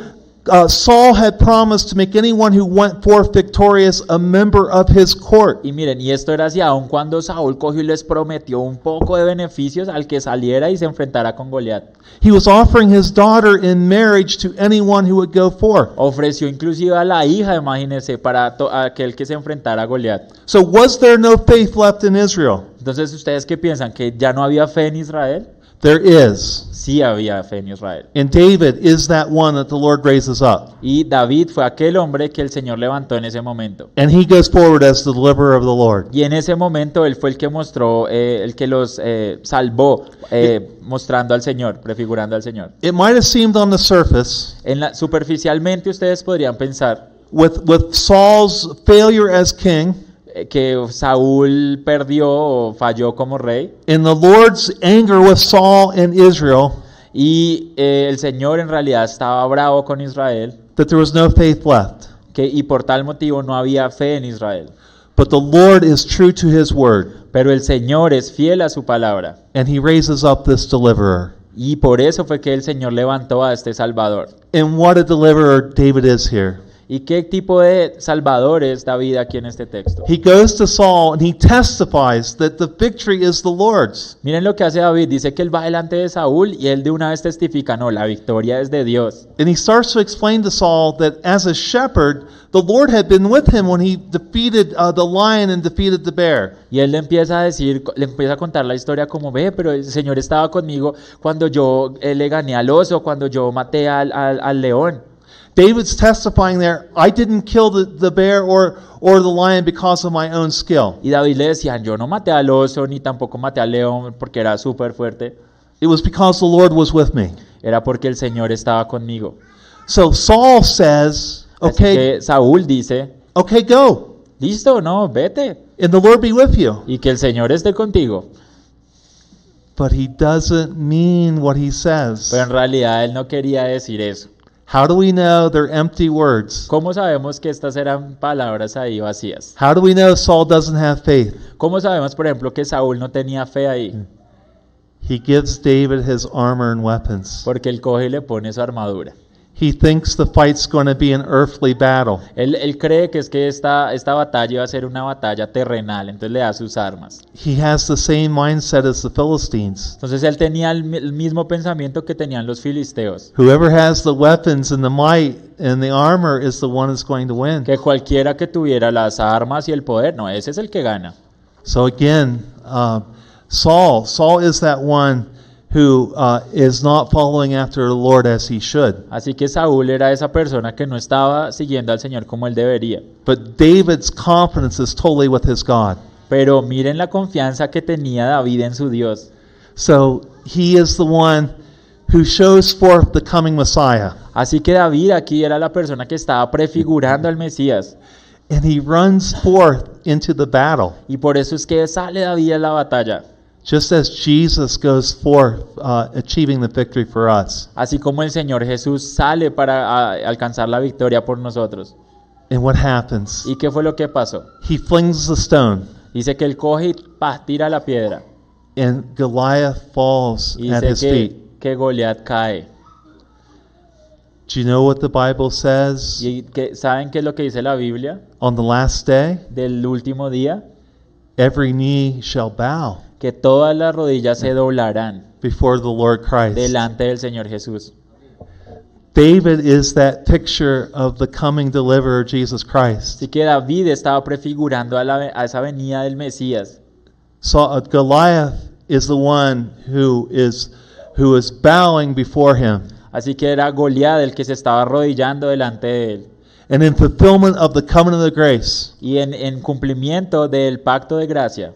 uh, Saul had promised to make anyone who went forth victorious a member of his court. Y miren, y esto era así, aun cuando Saúl cogió y les prometió un poco de beneficios al que saliera y se enfrentara con Goliat. He was offering his daughter in marriage to anyone who would go forth. Ofreció inclusive a la hija, imagínense, para to- aquel que se enfrentara a Goliat. So, was there no faith left in Israel? Entonces, ¿ustedes qué piensan? ¿Que ya no había fe en Israel? There is. Sí había fe en Israel. And David is that one that the Lord raises up. Y David fue aquel hombre que el Señor levantó en ese momento. And he goes forward as the deliverer of the Lord. Y en ese momento él fue el que mostró, eh, el que los eh, salvó, eh, mostrando al Señor, prefigurando al Señor. It might have seemed on the surface, En la, superficialmente ustedes podrían pensar with, with Saul's failure as king eh, que Saúl perdió o falló como rey and the Lord's anger with Saul and Israel, y eh, el Señor en realidad estaba bravo con Israel that there was no faith left. que, y por tal motivo no había fe en Israel. But the Lord is true to his word, Pero el Señor es fiel a su palabra and he raises up this deliverer. y por eso fue que el Señor levantó a este Salvador. And what a deliverer David is here. ¿Y qué tipo de salvador es David aquí en este texto? He goes to Saul and he testifies that the victory is the Lord's. Miren lo que hace David, dice que él va delante de Saúl y él de una vez testifica, no, la victoria es de Dios. And he starts to explain to Saul that as a shepherd, the Lord had been with him when he defeated uh, the lion and defeated the bear. Y él le empieza a decir, le empieza a contar la historia como, ve, pero el Señor estaba conmigo cuando yo eh, le gané al oso, cuando yo maté al, al- al león. David's testifying there, I didn't kill the, the bear or, or the lion because of my own skill. Y David le decía, yo no maté al oso ni tampoco maté al león porque era súper fuerte, It was because the Lord was with me. era porque el Señor estaba conmigo. So Saul says, Así Okay, que Saúl dice, okay, go. listo, no, vete and the Lord be with you. y que el Señor esté contigo. But he doesn't mean what he Pero en says. realidad él no quería decir eso. How do we know they're empty words? ¿Cómo sabemos que estas eran palabras ahí vacías? How do we know Saul doesn't have faith? ¿Cómo sabemos, por ejemplo, que Saúl no tenía fe ahí? He gives David his armor and weapons. Porque él coge y le pone su armadura. He thinks the fight's going to be an earthly battle. Él, él cree que es que esta, esta batalla iba a ser una batalla terrenal, entonces le da sus armas. He has the same mindset as the Philistines. Entonces él tenía el, mi- el mismo pensamiento que tenían los filisteos, Whoever has the weapons and the might and the armor is the one that's going to win. que cualquiera que tuviera las armas y el poder, no, ese es el que gana. So again, uh, Saul, Saul is that one who uh, is not following after the Lord as he should. Así que Saúl era esa persona que no estaba siguiendo al Señor como él debería. But David's confidence is totally with his God. Pero miren la confianza que tenía David en su Dios. So he is the one who shows forth the coming Messiah. Así que David aquí era la persona que estaba prefigurando al Mesías. And he runs forth into the battle, Y por eso es que sale David a la batalla. just as Jesus goes forth uh, achieving the victory for us. Así como el Señor Jesús sale para a, alcanzar la victoria por nosotros. And what happens? ¿Y qué fue lo que pasó? He flings the stone, Dice que él coge y pa, tira la piedra. and Goliath falls Y at dice his feet. que, que Goliat cae. Do you know what the Bible says ¿Y que, saben qué es lo que dice la Biblia on the last day? del último día? Every knee shall bow Que todas las rodillas se doblarán before the Lord Christ. delante del Señor Jesús. David is that picture of the coming deliverer, Jesus Christ. Así que David estaba prefigurando a, la- a esa venida del Mesías. So uh, Goliath is the one who is who is bowing before him. Así que era Goliat el que se estaba arrodillando delante de él. And in fulfillment of the covenant of the grace, Y en, en cumplimiento del pacto de gracia,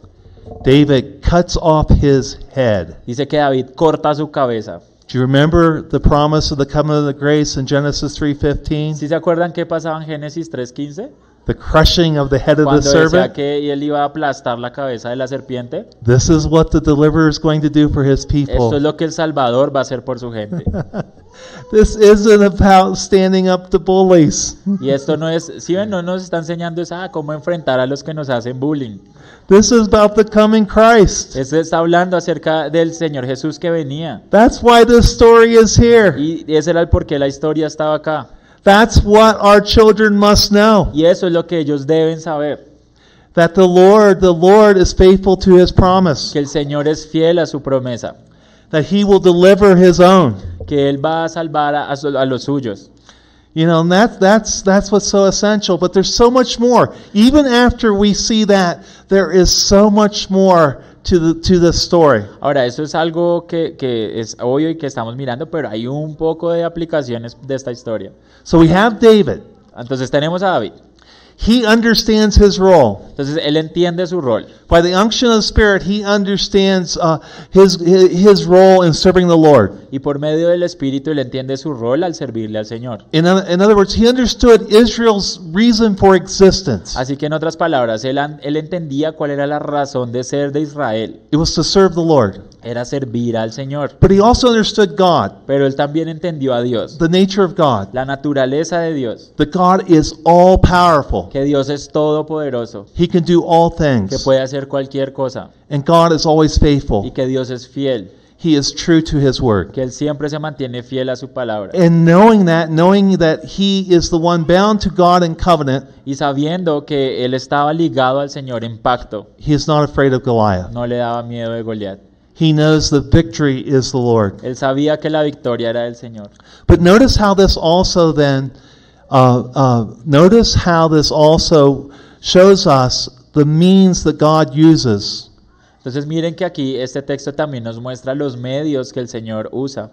David cuts off his head. dice que David corta su cabeza. Do you remember the promise of the covenant of the grace in Genesis 3:15? ¿Sí se acuerdan qué pasaba en Génesis 3.15? The crushing of the head of the Cuando decía serpent. que él iba a aplastar la cabeza de la serpiente. This is what the deliverer is going to do for his Esto es people. lo que el Salvador va a hacer por su gente. This isn't about standing up to bullies. Y esto no es, si ven, no nos está enseñando es ah, cómo enfrentar a los que nos hacen bullying. This is about the coming Christ. Esto está hablando acerca del Señor Jesús que venía. That's why this story is here. Y ese era el por qué la historia estaba acá. That's what our children must know Y eso es lo que ellos deben saber, that the Lord, the Lord is faithful to his promise, que el Señor es fiel a su promesa, that he will deliver his own. que Él va a salvar a, a su- a los suyos. You know, and that, that's, that's what's so essential. But there's so much more. Even after we see that, there is so much more to, the, to this story. Ahora, eso es algo que, que es obvio y que estamos mirando, pero hay un poco de aplicaciones de esta historia. So we have David. Entonces tenemos a David. He understands his role. Entonces él entiende su rol. By the unction of the Spirit, he understands uh, his, his his role in serving the Lord. Y por medio del Espíritu él entiende su rol al servirle al Señor. In, oth- in other words, he understood Israel's reason for existence. Así que en otras palabras, él, an- él entendía cuál era la razón de ser de Israel. It was to serve the Lord. Era servir al Señor. But he also understood God, Pero él también entendió a Dios, the nature of God, la naturaleza de Dios, that God is all powerful. que Dios es todopoderoso, He can do all que things. puede hacer cualquier cosa And God is always y faithful. que Dios es fiel, He is true to his word. que él siempre se mantiene fiel a su palabra. And knowing that, knowing that he is the one bound to God in covenant, Y sabiendo que él estaba ligado al Señor en pacto, he is not afraid of Goliath. no le daba miedo de Goliat. He knows the victory is the Lord. Él sabía que la victoria era del Señor. But notice how this also then, uh, uh, notice how this also shows us the means that God uses Entonces miren que aquí este texto también nos muestra los medios que el Señor usa.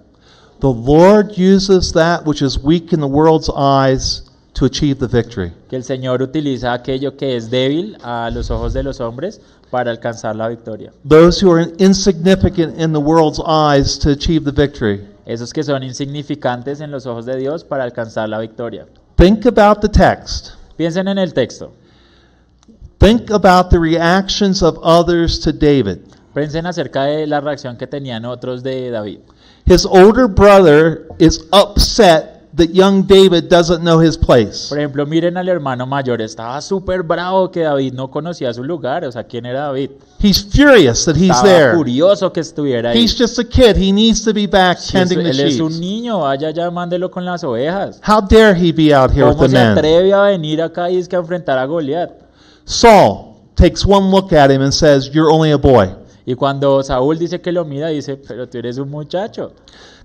The Lord uses that which is weak in the world's eyes to achieve the victory. Que el Señor utiliza aquello que es débil a los ojos de los hombres para alcanzar la victoria. Those who are insignificant in the world's eyes to achieve the victory. Esos que son insignificantes en los ojos de Dios para alcanzar la victoria. Think about the text. Piensen en el texto. Think about the reactions of others to David. Piensen acerca de la reacción que tenían otros de David. His older brother is upset that young David doesn't know his place. Por ejemplo, miren al hermano mayor. Estaba súper bravo que David no conocía su lugar. O sea, ¿quién era David? He's furious that he's Estaba there. curioso que estuviera ahí. He's just a kid. He needs to be back Si es- tending the él es un sheep. niño. Vaya ya, mándelo con las ovejas. How dare he be out here with ¿Cómo the se men? atreve a venir acá y es que a enfrentar a Goliat? Saul takes one look at him and says, You're only a boy. Y cuando Saúl dice que lo mira, dice, pero tú eres un muchacho.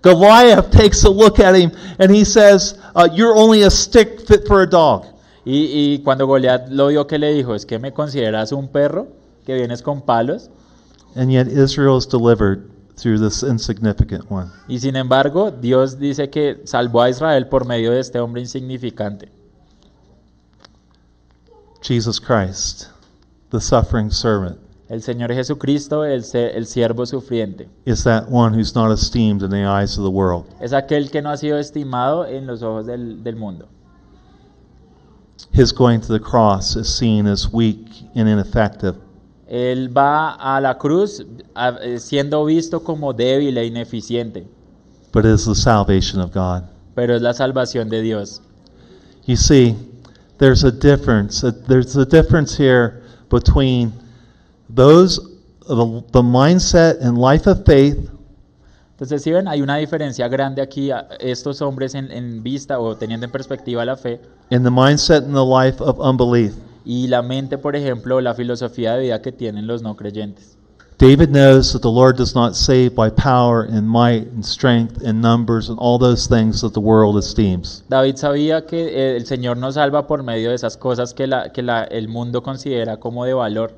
Goliath takes a look at him and he says, uh, You're only a stick fit for a dog. Y, y cuando Goliat lo vio que le dijo, es que me consideras un perro, que vienes con palos. And yet Israel is delivered through this insignificant one. Y sin embargo, Dios dice que salvó a Israel por medio de este hombre insignificante, Jesus Christ, the suffering servant, el Señor Jesucristo, el, se- el siervo sufriente. is that one who's not esteemed in the eyes of the world. Es aquel que no ha sido estimado en los ojos del, del mundo. His going to the cross is seen as weak and ineffective. Él va a la cruz a- eh, siendo visto como débil e ineficiente, but it is the salvation of God. pero es la salvación de Dios. You see, there's a difference. There's a difference here between those the, the mindset and life of faith Entonces, si ven, hay una diferencia grande aquí, a- estos hombres en, en vista o teniendo en perspectiva la fe and the mindset and the life of unbelief. y la mente, por ejemplo, o la filosofía de vida que tienen los no creyentes. David knows that the Lord does not save by power and might and strength and numbers and all those things that the world esteems. David sabía que eh, el Señor nos salva por medio de esas cosas que, la, que la- el mundo considera como de valor.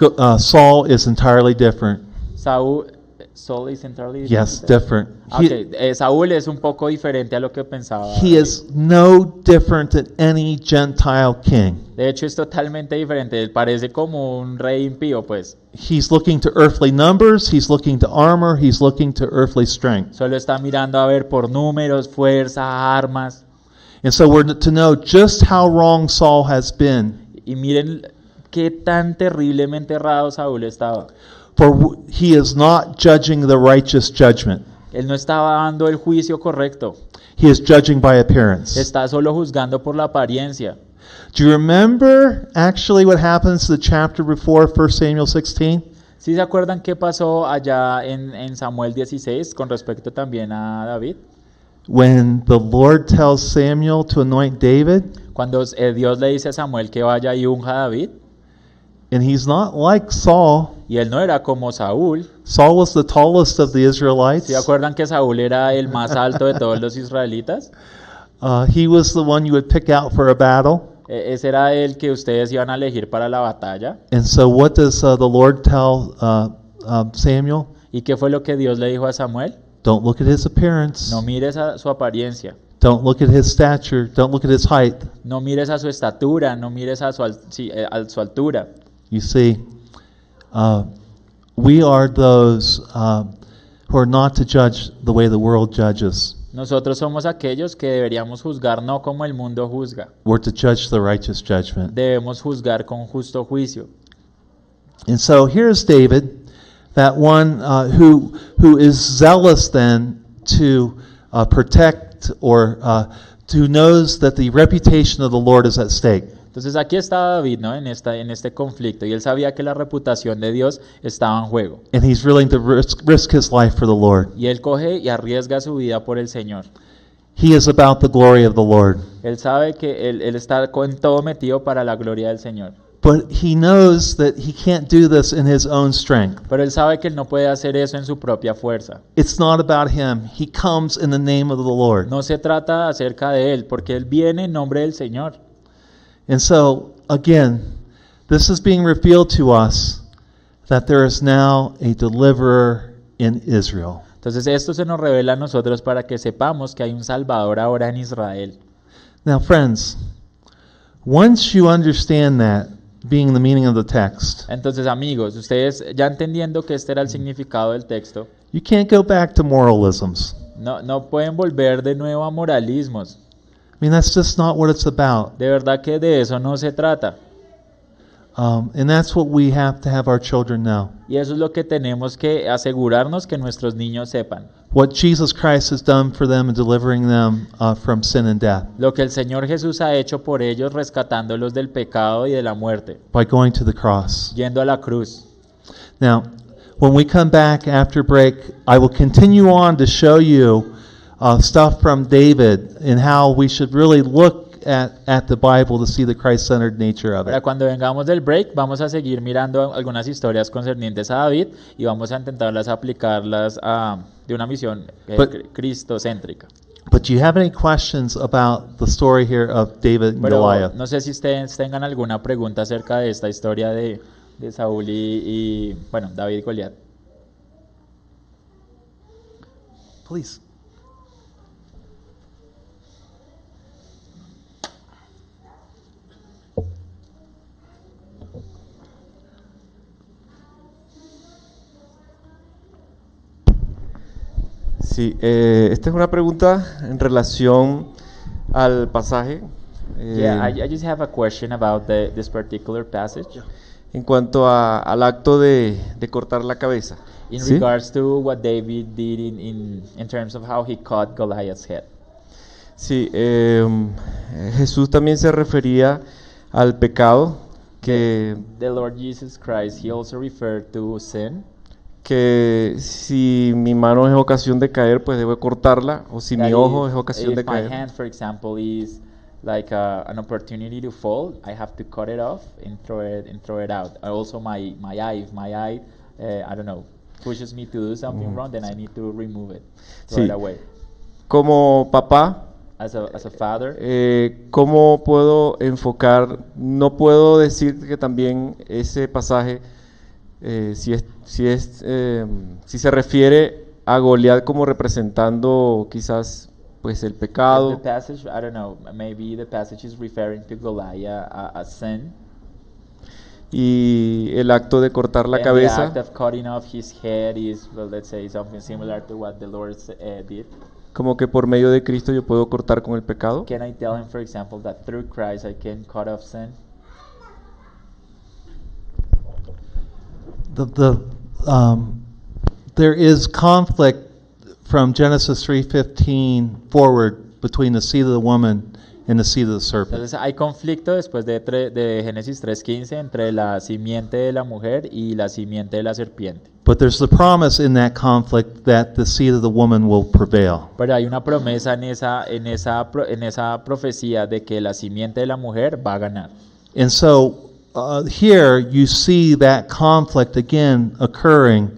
Go- Uh, Saul is entirely different. Saúl, eh, Saul is entirely Yes, different. different. Ah, He, ok, eh, Saúl es un poco diferente a lo que pensaba. he is no different than any Gentile king. De hecho, es totalmente diferente. Él parece como un rey impío, pues. He's looking to earthly numbers, he's looking to armor, he's looking to earthly strength. Solo está mirando a ver por números, fuerza, armas. And so we're to know just how wrong Saul has been, Y miren qué tan terriblemente errado Saúl estaba. for w- he is not judging the righteous judgment. Él no estaba dando el juicio correcto. He is judging by appearance. Está solo juzgando por la apariencia. Do you remember actually what happens the chapter before 1 Samuel 16? ¿Sí se acuerdan qué pasó allá en, en Samuel 16 con respecto también a David? when the Lord tells Samuel to anoint David, Cuando eh, Dios le dice a Samuel que vaya y unja a David, and he's not like Saul. y él no era como Saúl. Saul was the tallest of the Israelites. ¿Se acuerdan que Saúl era el más alto de todos los israelitas? Uh, he was the one you would pick out for a battle. E- Ese era el que ustedes iban a elegir para la batalla. And so, what does uh, the Lord tell uh, uh, Samuel? ¿Y qué fue lo que Dios le dijo a Samuel? Don't look at his appearance. No mires a su apariencia, Don't look at his stature. Don't look at his height. no mires a su estatura, no mires a su, al- sí, eh, a su altura. You see, uh, we are those uh, who are not to judge the way the world judges. Nosotros somos aquellos que deberíamos juzgar no como el mundo juzga, We're to judge the righteous judgment. debemos juzgar con justo juicio. And so here's David, that one uh, who who is zealous then to uh, protect or uh, who knows that the reputation of the Lord is at stake. Entonces aquí está David, ¿no? En, esta, en este conflicto, y él sabía que la reputación de Dios estaba en juego. And he's willing to risk, risk his life for the Lord. Y él coge y arriesga su vida por el Señor. He is about the glory of the Lord. Él sabe que él, él está con todo metido para la gloria del Señor. But he knows that he can't do this in his own strength. Pero él sabe que él no puede hacer eso en su propia fuerza. It's not about him. He comes in the name of the Lord. No se trata acerca de él, porque él viene en nombre del Señor. And so, again, this is being revealed to us that there is now a deliverer in Israel. Entonces esto se nos revela a nosotros para que sepamos que hay un Salvador ahora en Israel. Now, friends, once you understand that, being the meaning of the text, Entonces amigos, ustedes ya entendiendo que este era el significado del texto, you can't go back to moralisms. no, no pueden volver de nuevo a moralismos. I mean, that's just not what it's about. De verdad que de eso no se trata. Um, and that's what we have to have our children know. Y eso es lo que tenemos que asegurarnos que nuestros niños sepan. What Jesus Christ has done for them in delivering them uh, from sin and death Lo que el Señor Jesús ha hecho por ellos rescatándolos del pecado y de la muerte, by going to the cross. yendo a la cruz. Now, when we come back after break, I will continue on to show you uh, stuff from David and how we should really look at, at the Bible to see the Christ centered nature of Para it. cuando vengamos del break, vamos a seguir mirando algunas historias concernientes a David y vamos a intentarlas aplicarlas a, de una misión eh, But- cri- cristocéntrica. But do you have any questions about the story here of David and Pero Goliath? no sé si ustedes tengan alguna pregunta acerca de esta historia de, de Saúl y, y, bueno, David y Goliat. Please. Sí, eh, esta es una pregunta en relación al pasaje. eh, Yeah, I, I just have a question about the- this particular passage En cuanto a- al acto de, de cortar la cabeza. in ¿sí? regards to what David did in, in, in terms of how he caught Goliath's head. Sí, eh, Jesús también se refería al pecado que, The Lord Jesus Christ, he also referred to sin. que si mi mano es ocasión de caer, pues debo cortarla, o si mi That ojo is, es ocasión if de my caer. hand, for example, is like uh, an opportunity to fall, I have to cut it off and throw it and throw it out. Uh, Also, my my eye, if my eye, uh, I don't know, pushes me to do something wrong, then I need to remove it, throw it Mm. Sí. away. Como papá, As a as a father, eh, ¿cómo puedo enfocar? No puedo decir que también ese pasaje, eh, si, es, si, es, eh, si se refiere a Goliat como representando quizás pues el the pecado. passage, I don't know, maybe the passage is referring to Goliath uh, as sin. y el acto de cortar la and The cabeza act of cutting off his head is, well, let's say something similar to what the Lord uh, did. como que por medio de Cristo yo puedo cortar con el pecado Can I tell him, for example, that through Christ I can cut off sin? The, the, um, there is conflict from Genesis 3.15 forward between the seed of the woman and the seed of the serpent. Entonces hay conflicto después de, tre- de Génesis 3.15 entre la simiente de la mujer y la simiente de la serpiente. But there's the promise in that conflict that the seed of the woman will prevail. Pero hay una promesa en esa, en esa, pro- en esa profecía de que la simiente de la mujer va a ganar. And so uh, here you see that conflict again occurring,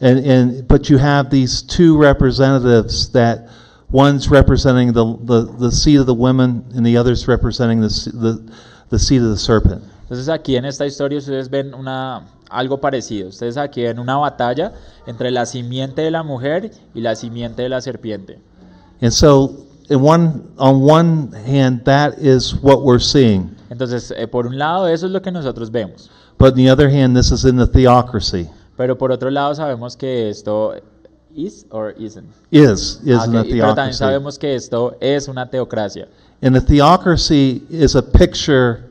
and, and but you have these two representatives that one's representing the, the, the seed of the woman and the other's representing the, se- the, the seed of the serpent. Entonces aquí en esta historia ustedes ven una, algo parecido. Ustedes aquí ven una batalla entre la simiente de la mujer y la simiente de la serpiente. And so in one, on one hand, that is what we're seeing. Entonces, eh, por un lado, eso es lo que nosotros vemos. But on the other hand, this is in the theocracy. Pero por otro lado, sabemos que esto is or isn't. Is, is Ah, in the ok, y- Pero también theocracy. sabemos que esto es una teocracia. And the theocracy is a picture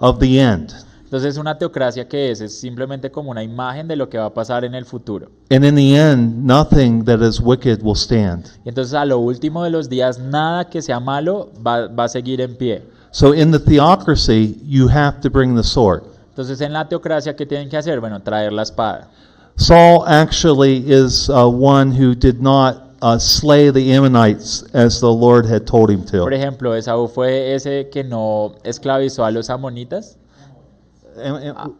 of the end. Entonces, una teocracia que es, es simplemente como una imagen de lo que va a pasar en el futuro. And in the end, nothing that is wicked will stand. Y entonces, a lo último de los días, nada que sea malo va, va a seguir en pie. So in the theocracy, you have to bring the sword. Entonces, en la teocracia, ¿qué tienen que hacer? Bueno, traer la espada. Saul actually is uh, one who did not uh, slay the Ammonites as the Lord had told him to. Por ejemplo, Esaú fue ese que no esclavizó a los amonitas. Am- am-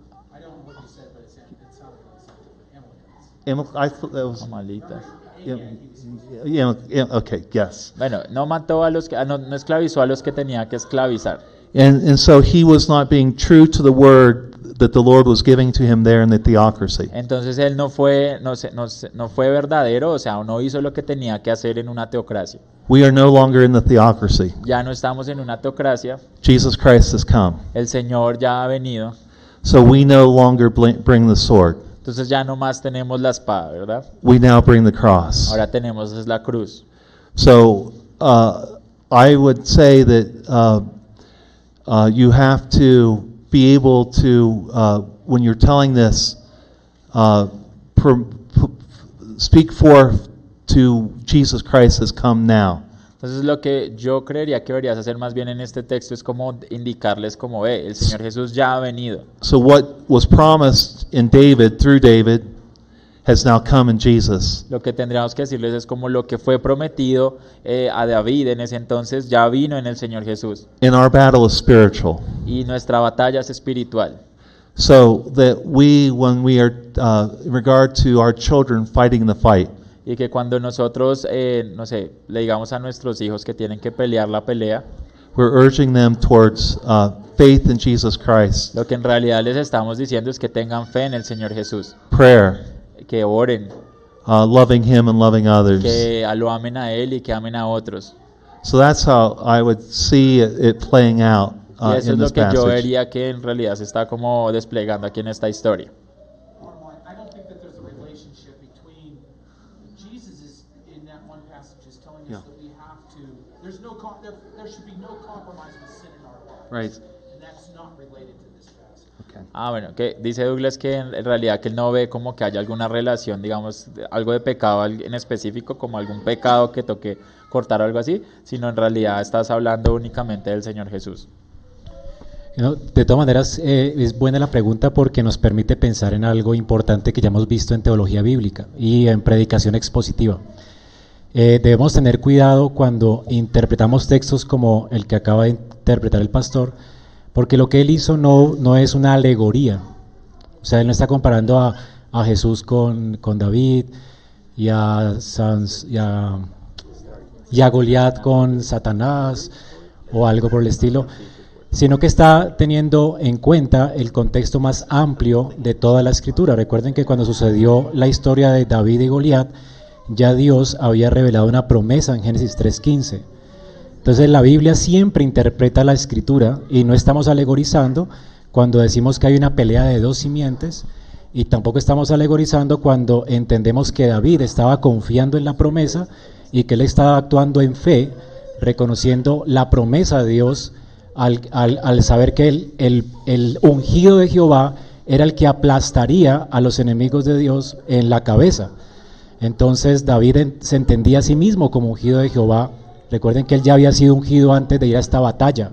Am- I thought that was. Amalitas. Am- yeah, am- okay, yes. Bueno, no mató a los que, ah, no, no esclavizó a los que tenía que esclavizar. And, and so he was not being true to the word that the Lord was giving to him there in the theocracy. Entonces él no fue, no, se- no, se- no fue verdadero, o sea, no hizo lo que tenía que hacer en una teocracia. We are no longer in the theocracy. Ya no estamos en una teocracia, Jesus Christ has come. el Señor ya ha venido, So we no longer bl- bring the sword. entonces ya no más tenemos la espada, ¿verdad? We now bring the cross. Ahora tenemos es la cruz. So uh, I would say that uh, uh, you have to be able to, uh, when you're telling this, uh, pr- pr- speak forth to Jesus Christ has come now. Entonces lo que yo creería que deberías hacer más bien en este texto es como indicarles como ve, el Señor Jesús ya ha venido. So what was promised in David through David has now come in Jesus. Lo que tendríamos que decirles es como lo que fue prometido eh, a David en ese entonces ya vino en el Señor Jesús. And our battle is spiritual. Y nuestra batalla es espiritual. So that we, when we are uh, in regard to our children fighting the fight, Y que cuando nosotros, eh, no sé, le digamos a nuestros hijos que tienen que pelear la pelea, we're urging them towards uh, faith in Jesus Christ, lo que en realidad les estamos diciendo es que tengan fe en el Señor Jesús, prayer, que oren, uh, loving Him and loving others. que lo amen a Él y que amen a otros. So that's how I would see it, it playing out Y uh, in eso es lo this que yo passage. vería que en realidad se está como desplegando aquí en esta historia. I don't think that there's a relationship between Jesus is in that one passage is telling us that we have to. There's no com- there, there should be no compromise with sin in our life, Right. and that's not related to this passage. Ah, bueno, que dice Douglas que en en realidad que él no ve como que haya alguna relación, digamos, de- algo de pecado al- en específico, como algún pecado que toque cortar o algo así, sino en realidad estás hablando únicamente del Señor Jesús. No, de todas maneras, eh, es buena la pregunta porque nos permite pensar en algo importante que ya hemos visto en teología bíblica y en predicación expositiva. Eh, debemos tener cuidado cuando interpretamos textos como el que acaba de interpretar el pastor, porque lo que él hizo no, no es una alegoría. O sea, él no está comparando a, a Jesús con, con David y a, Sans- y a- y a Goliat con Satanás o algo por el estilo sino que está teniendo en cuenta el contexto más amplio de toda la escritura. Recuerden que cuando sucedió la historia de David y Goliat, ya Dios había revelado una promesa en Génesis 3:15. Entonces la Biblia siempre interpreta la escritura y no estamos alegorizando cuando decimos que hay una pelea de dos simientes y tampoco estamos alegorizando cuando entendemos que David estaba confiando en la promesa y que él estaba actuando en fe, reconociendo la promesa de Dios al, al- al saber que el, el- el ungido de Jehová era el que aplastaría a los enemigos de Dios en la cabeza. Entonces David en- se entendía a sí mismo como ungido de Jehová Recuerden que él ya había sido ungido antes de ir a esta batalla.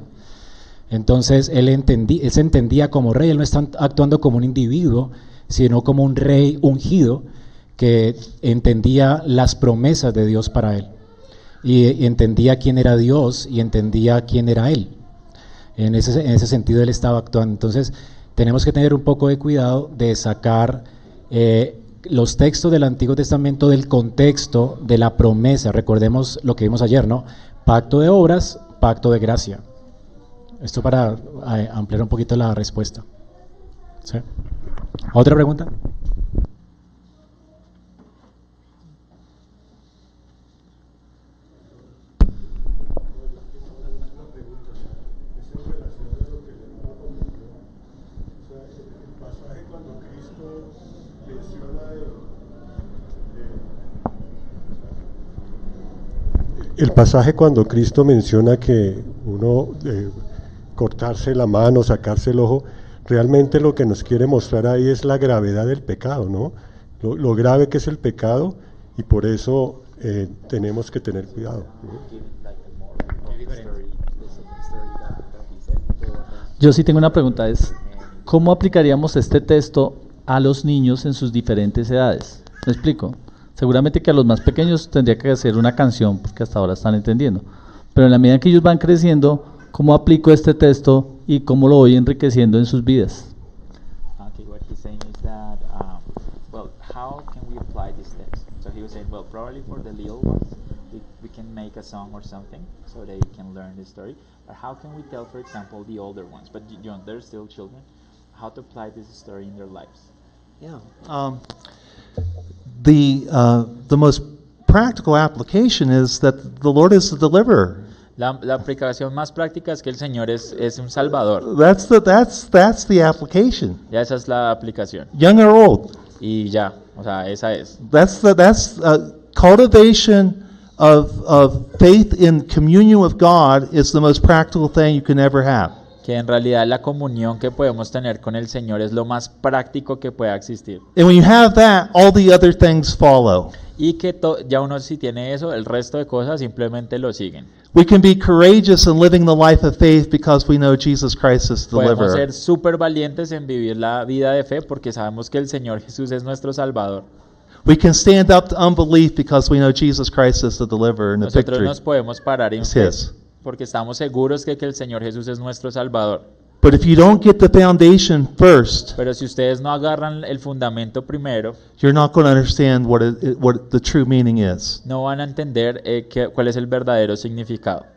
Entonces él, entendí, él se entendía como rey, él no está actuando como un individuo, sino como un rey ungido que entendía las promesas de Dios para él. Y entendía quién era Dios y entendía quién era él. En ese, en ese sentido él estaba actuando. Entonces tenemos que tener un poco de cuidado de sacar eh, los textos del Antiguo Testamento del contexto de la promesa. Recordemos lo que vimos ayer, ¿no? Pacto de obras, pacto de gracia. Esto para eh, ampliar un poquito la respuesta. ¿Sí? ¿Otra pregunta? El pasaje cuando Cristo menciona que uno eh, cortarse la mano, sacarse el ojo, realmente lo que nos quiere mostrar ahí es la gravedad del pecado, ¿no? Lo, lo grave que es el pecado y por eso eh, tenemos que tener cuidado. ¿no? Yo sí tengo una pregunta, es ¿cómo aplicaríamos este texto a los niños en sus diferentes edades? ¿Me explico? Seguramente que a los más pequeños tendría que hacer una canción, porque hasta ahora están entendiendo. Pero en la medida que ellos van creciendo, ¿cómo aplico este texto y cómo lo voy enriqueciendo en sus vidas? Okay, what he's saying is that, um, well, how can we apply this text? So he was saying, well, probably for the little ones, we, we can make a song or something so they can learn the story. But how can we tell, for example, the older ones, but you know, they're still children, how to apply this story in their lives? Yeah. Um, the, uh, the most practical application is that the Lord is the deliverer. La, la aplicación más práctica es que el Señor es, es un salvador. That's the, that's, that's the application, Ya esa es la aplicación. young or old. Y ya, o sea, esa es. That's, the, that's uh, cultivation of, of faith in communion with God is the most practical thing you can ever have. Que en realidad la comunión que podemos tener con el Señor es lo más práctico que pueda existir. And when you have that, all the other things follow. Y que to- ya uno si tiene eso, el resto de cosas simplemente lo siguen. We can be courageous in living the life of faith because we know Jesus Christ is the Podemos deliverer. ser súper valientes en vivir la vida de fe porque sabemos que el Señor Jesús es nuestro Salvador. We can stand up to unbelief because we know Jesus Christ is the deliverer and the Nosotros victory nos podemos parar en is fe His. porque estamos seguros de que el Señor Jesús es nuestro Salvador. But if you don't get the foundation first, Pero si ustedes no agarran el fundamento primero, you're not going to understand what, it, what the true meaning is. no van a entender eh, qué- cuál es el verdadero significado.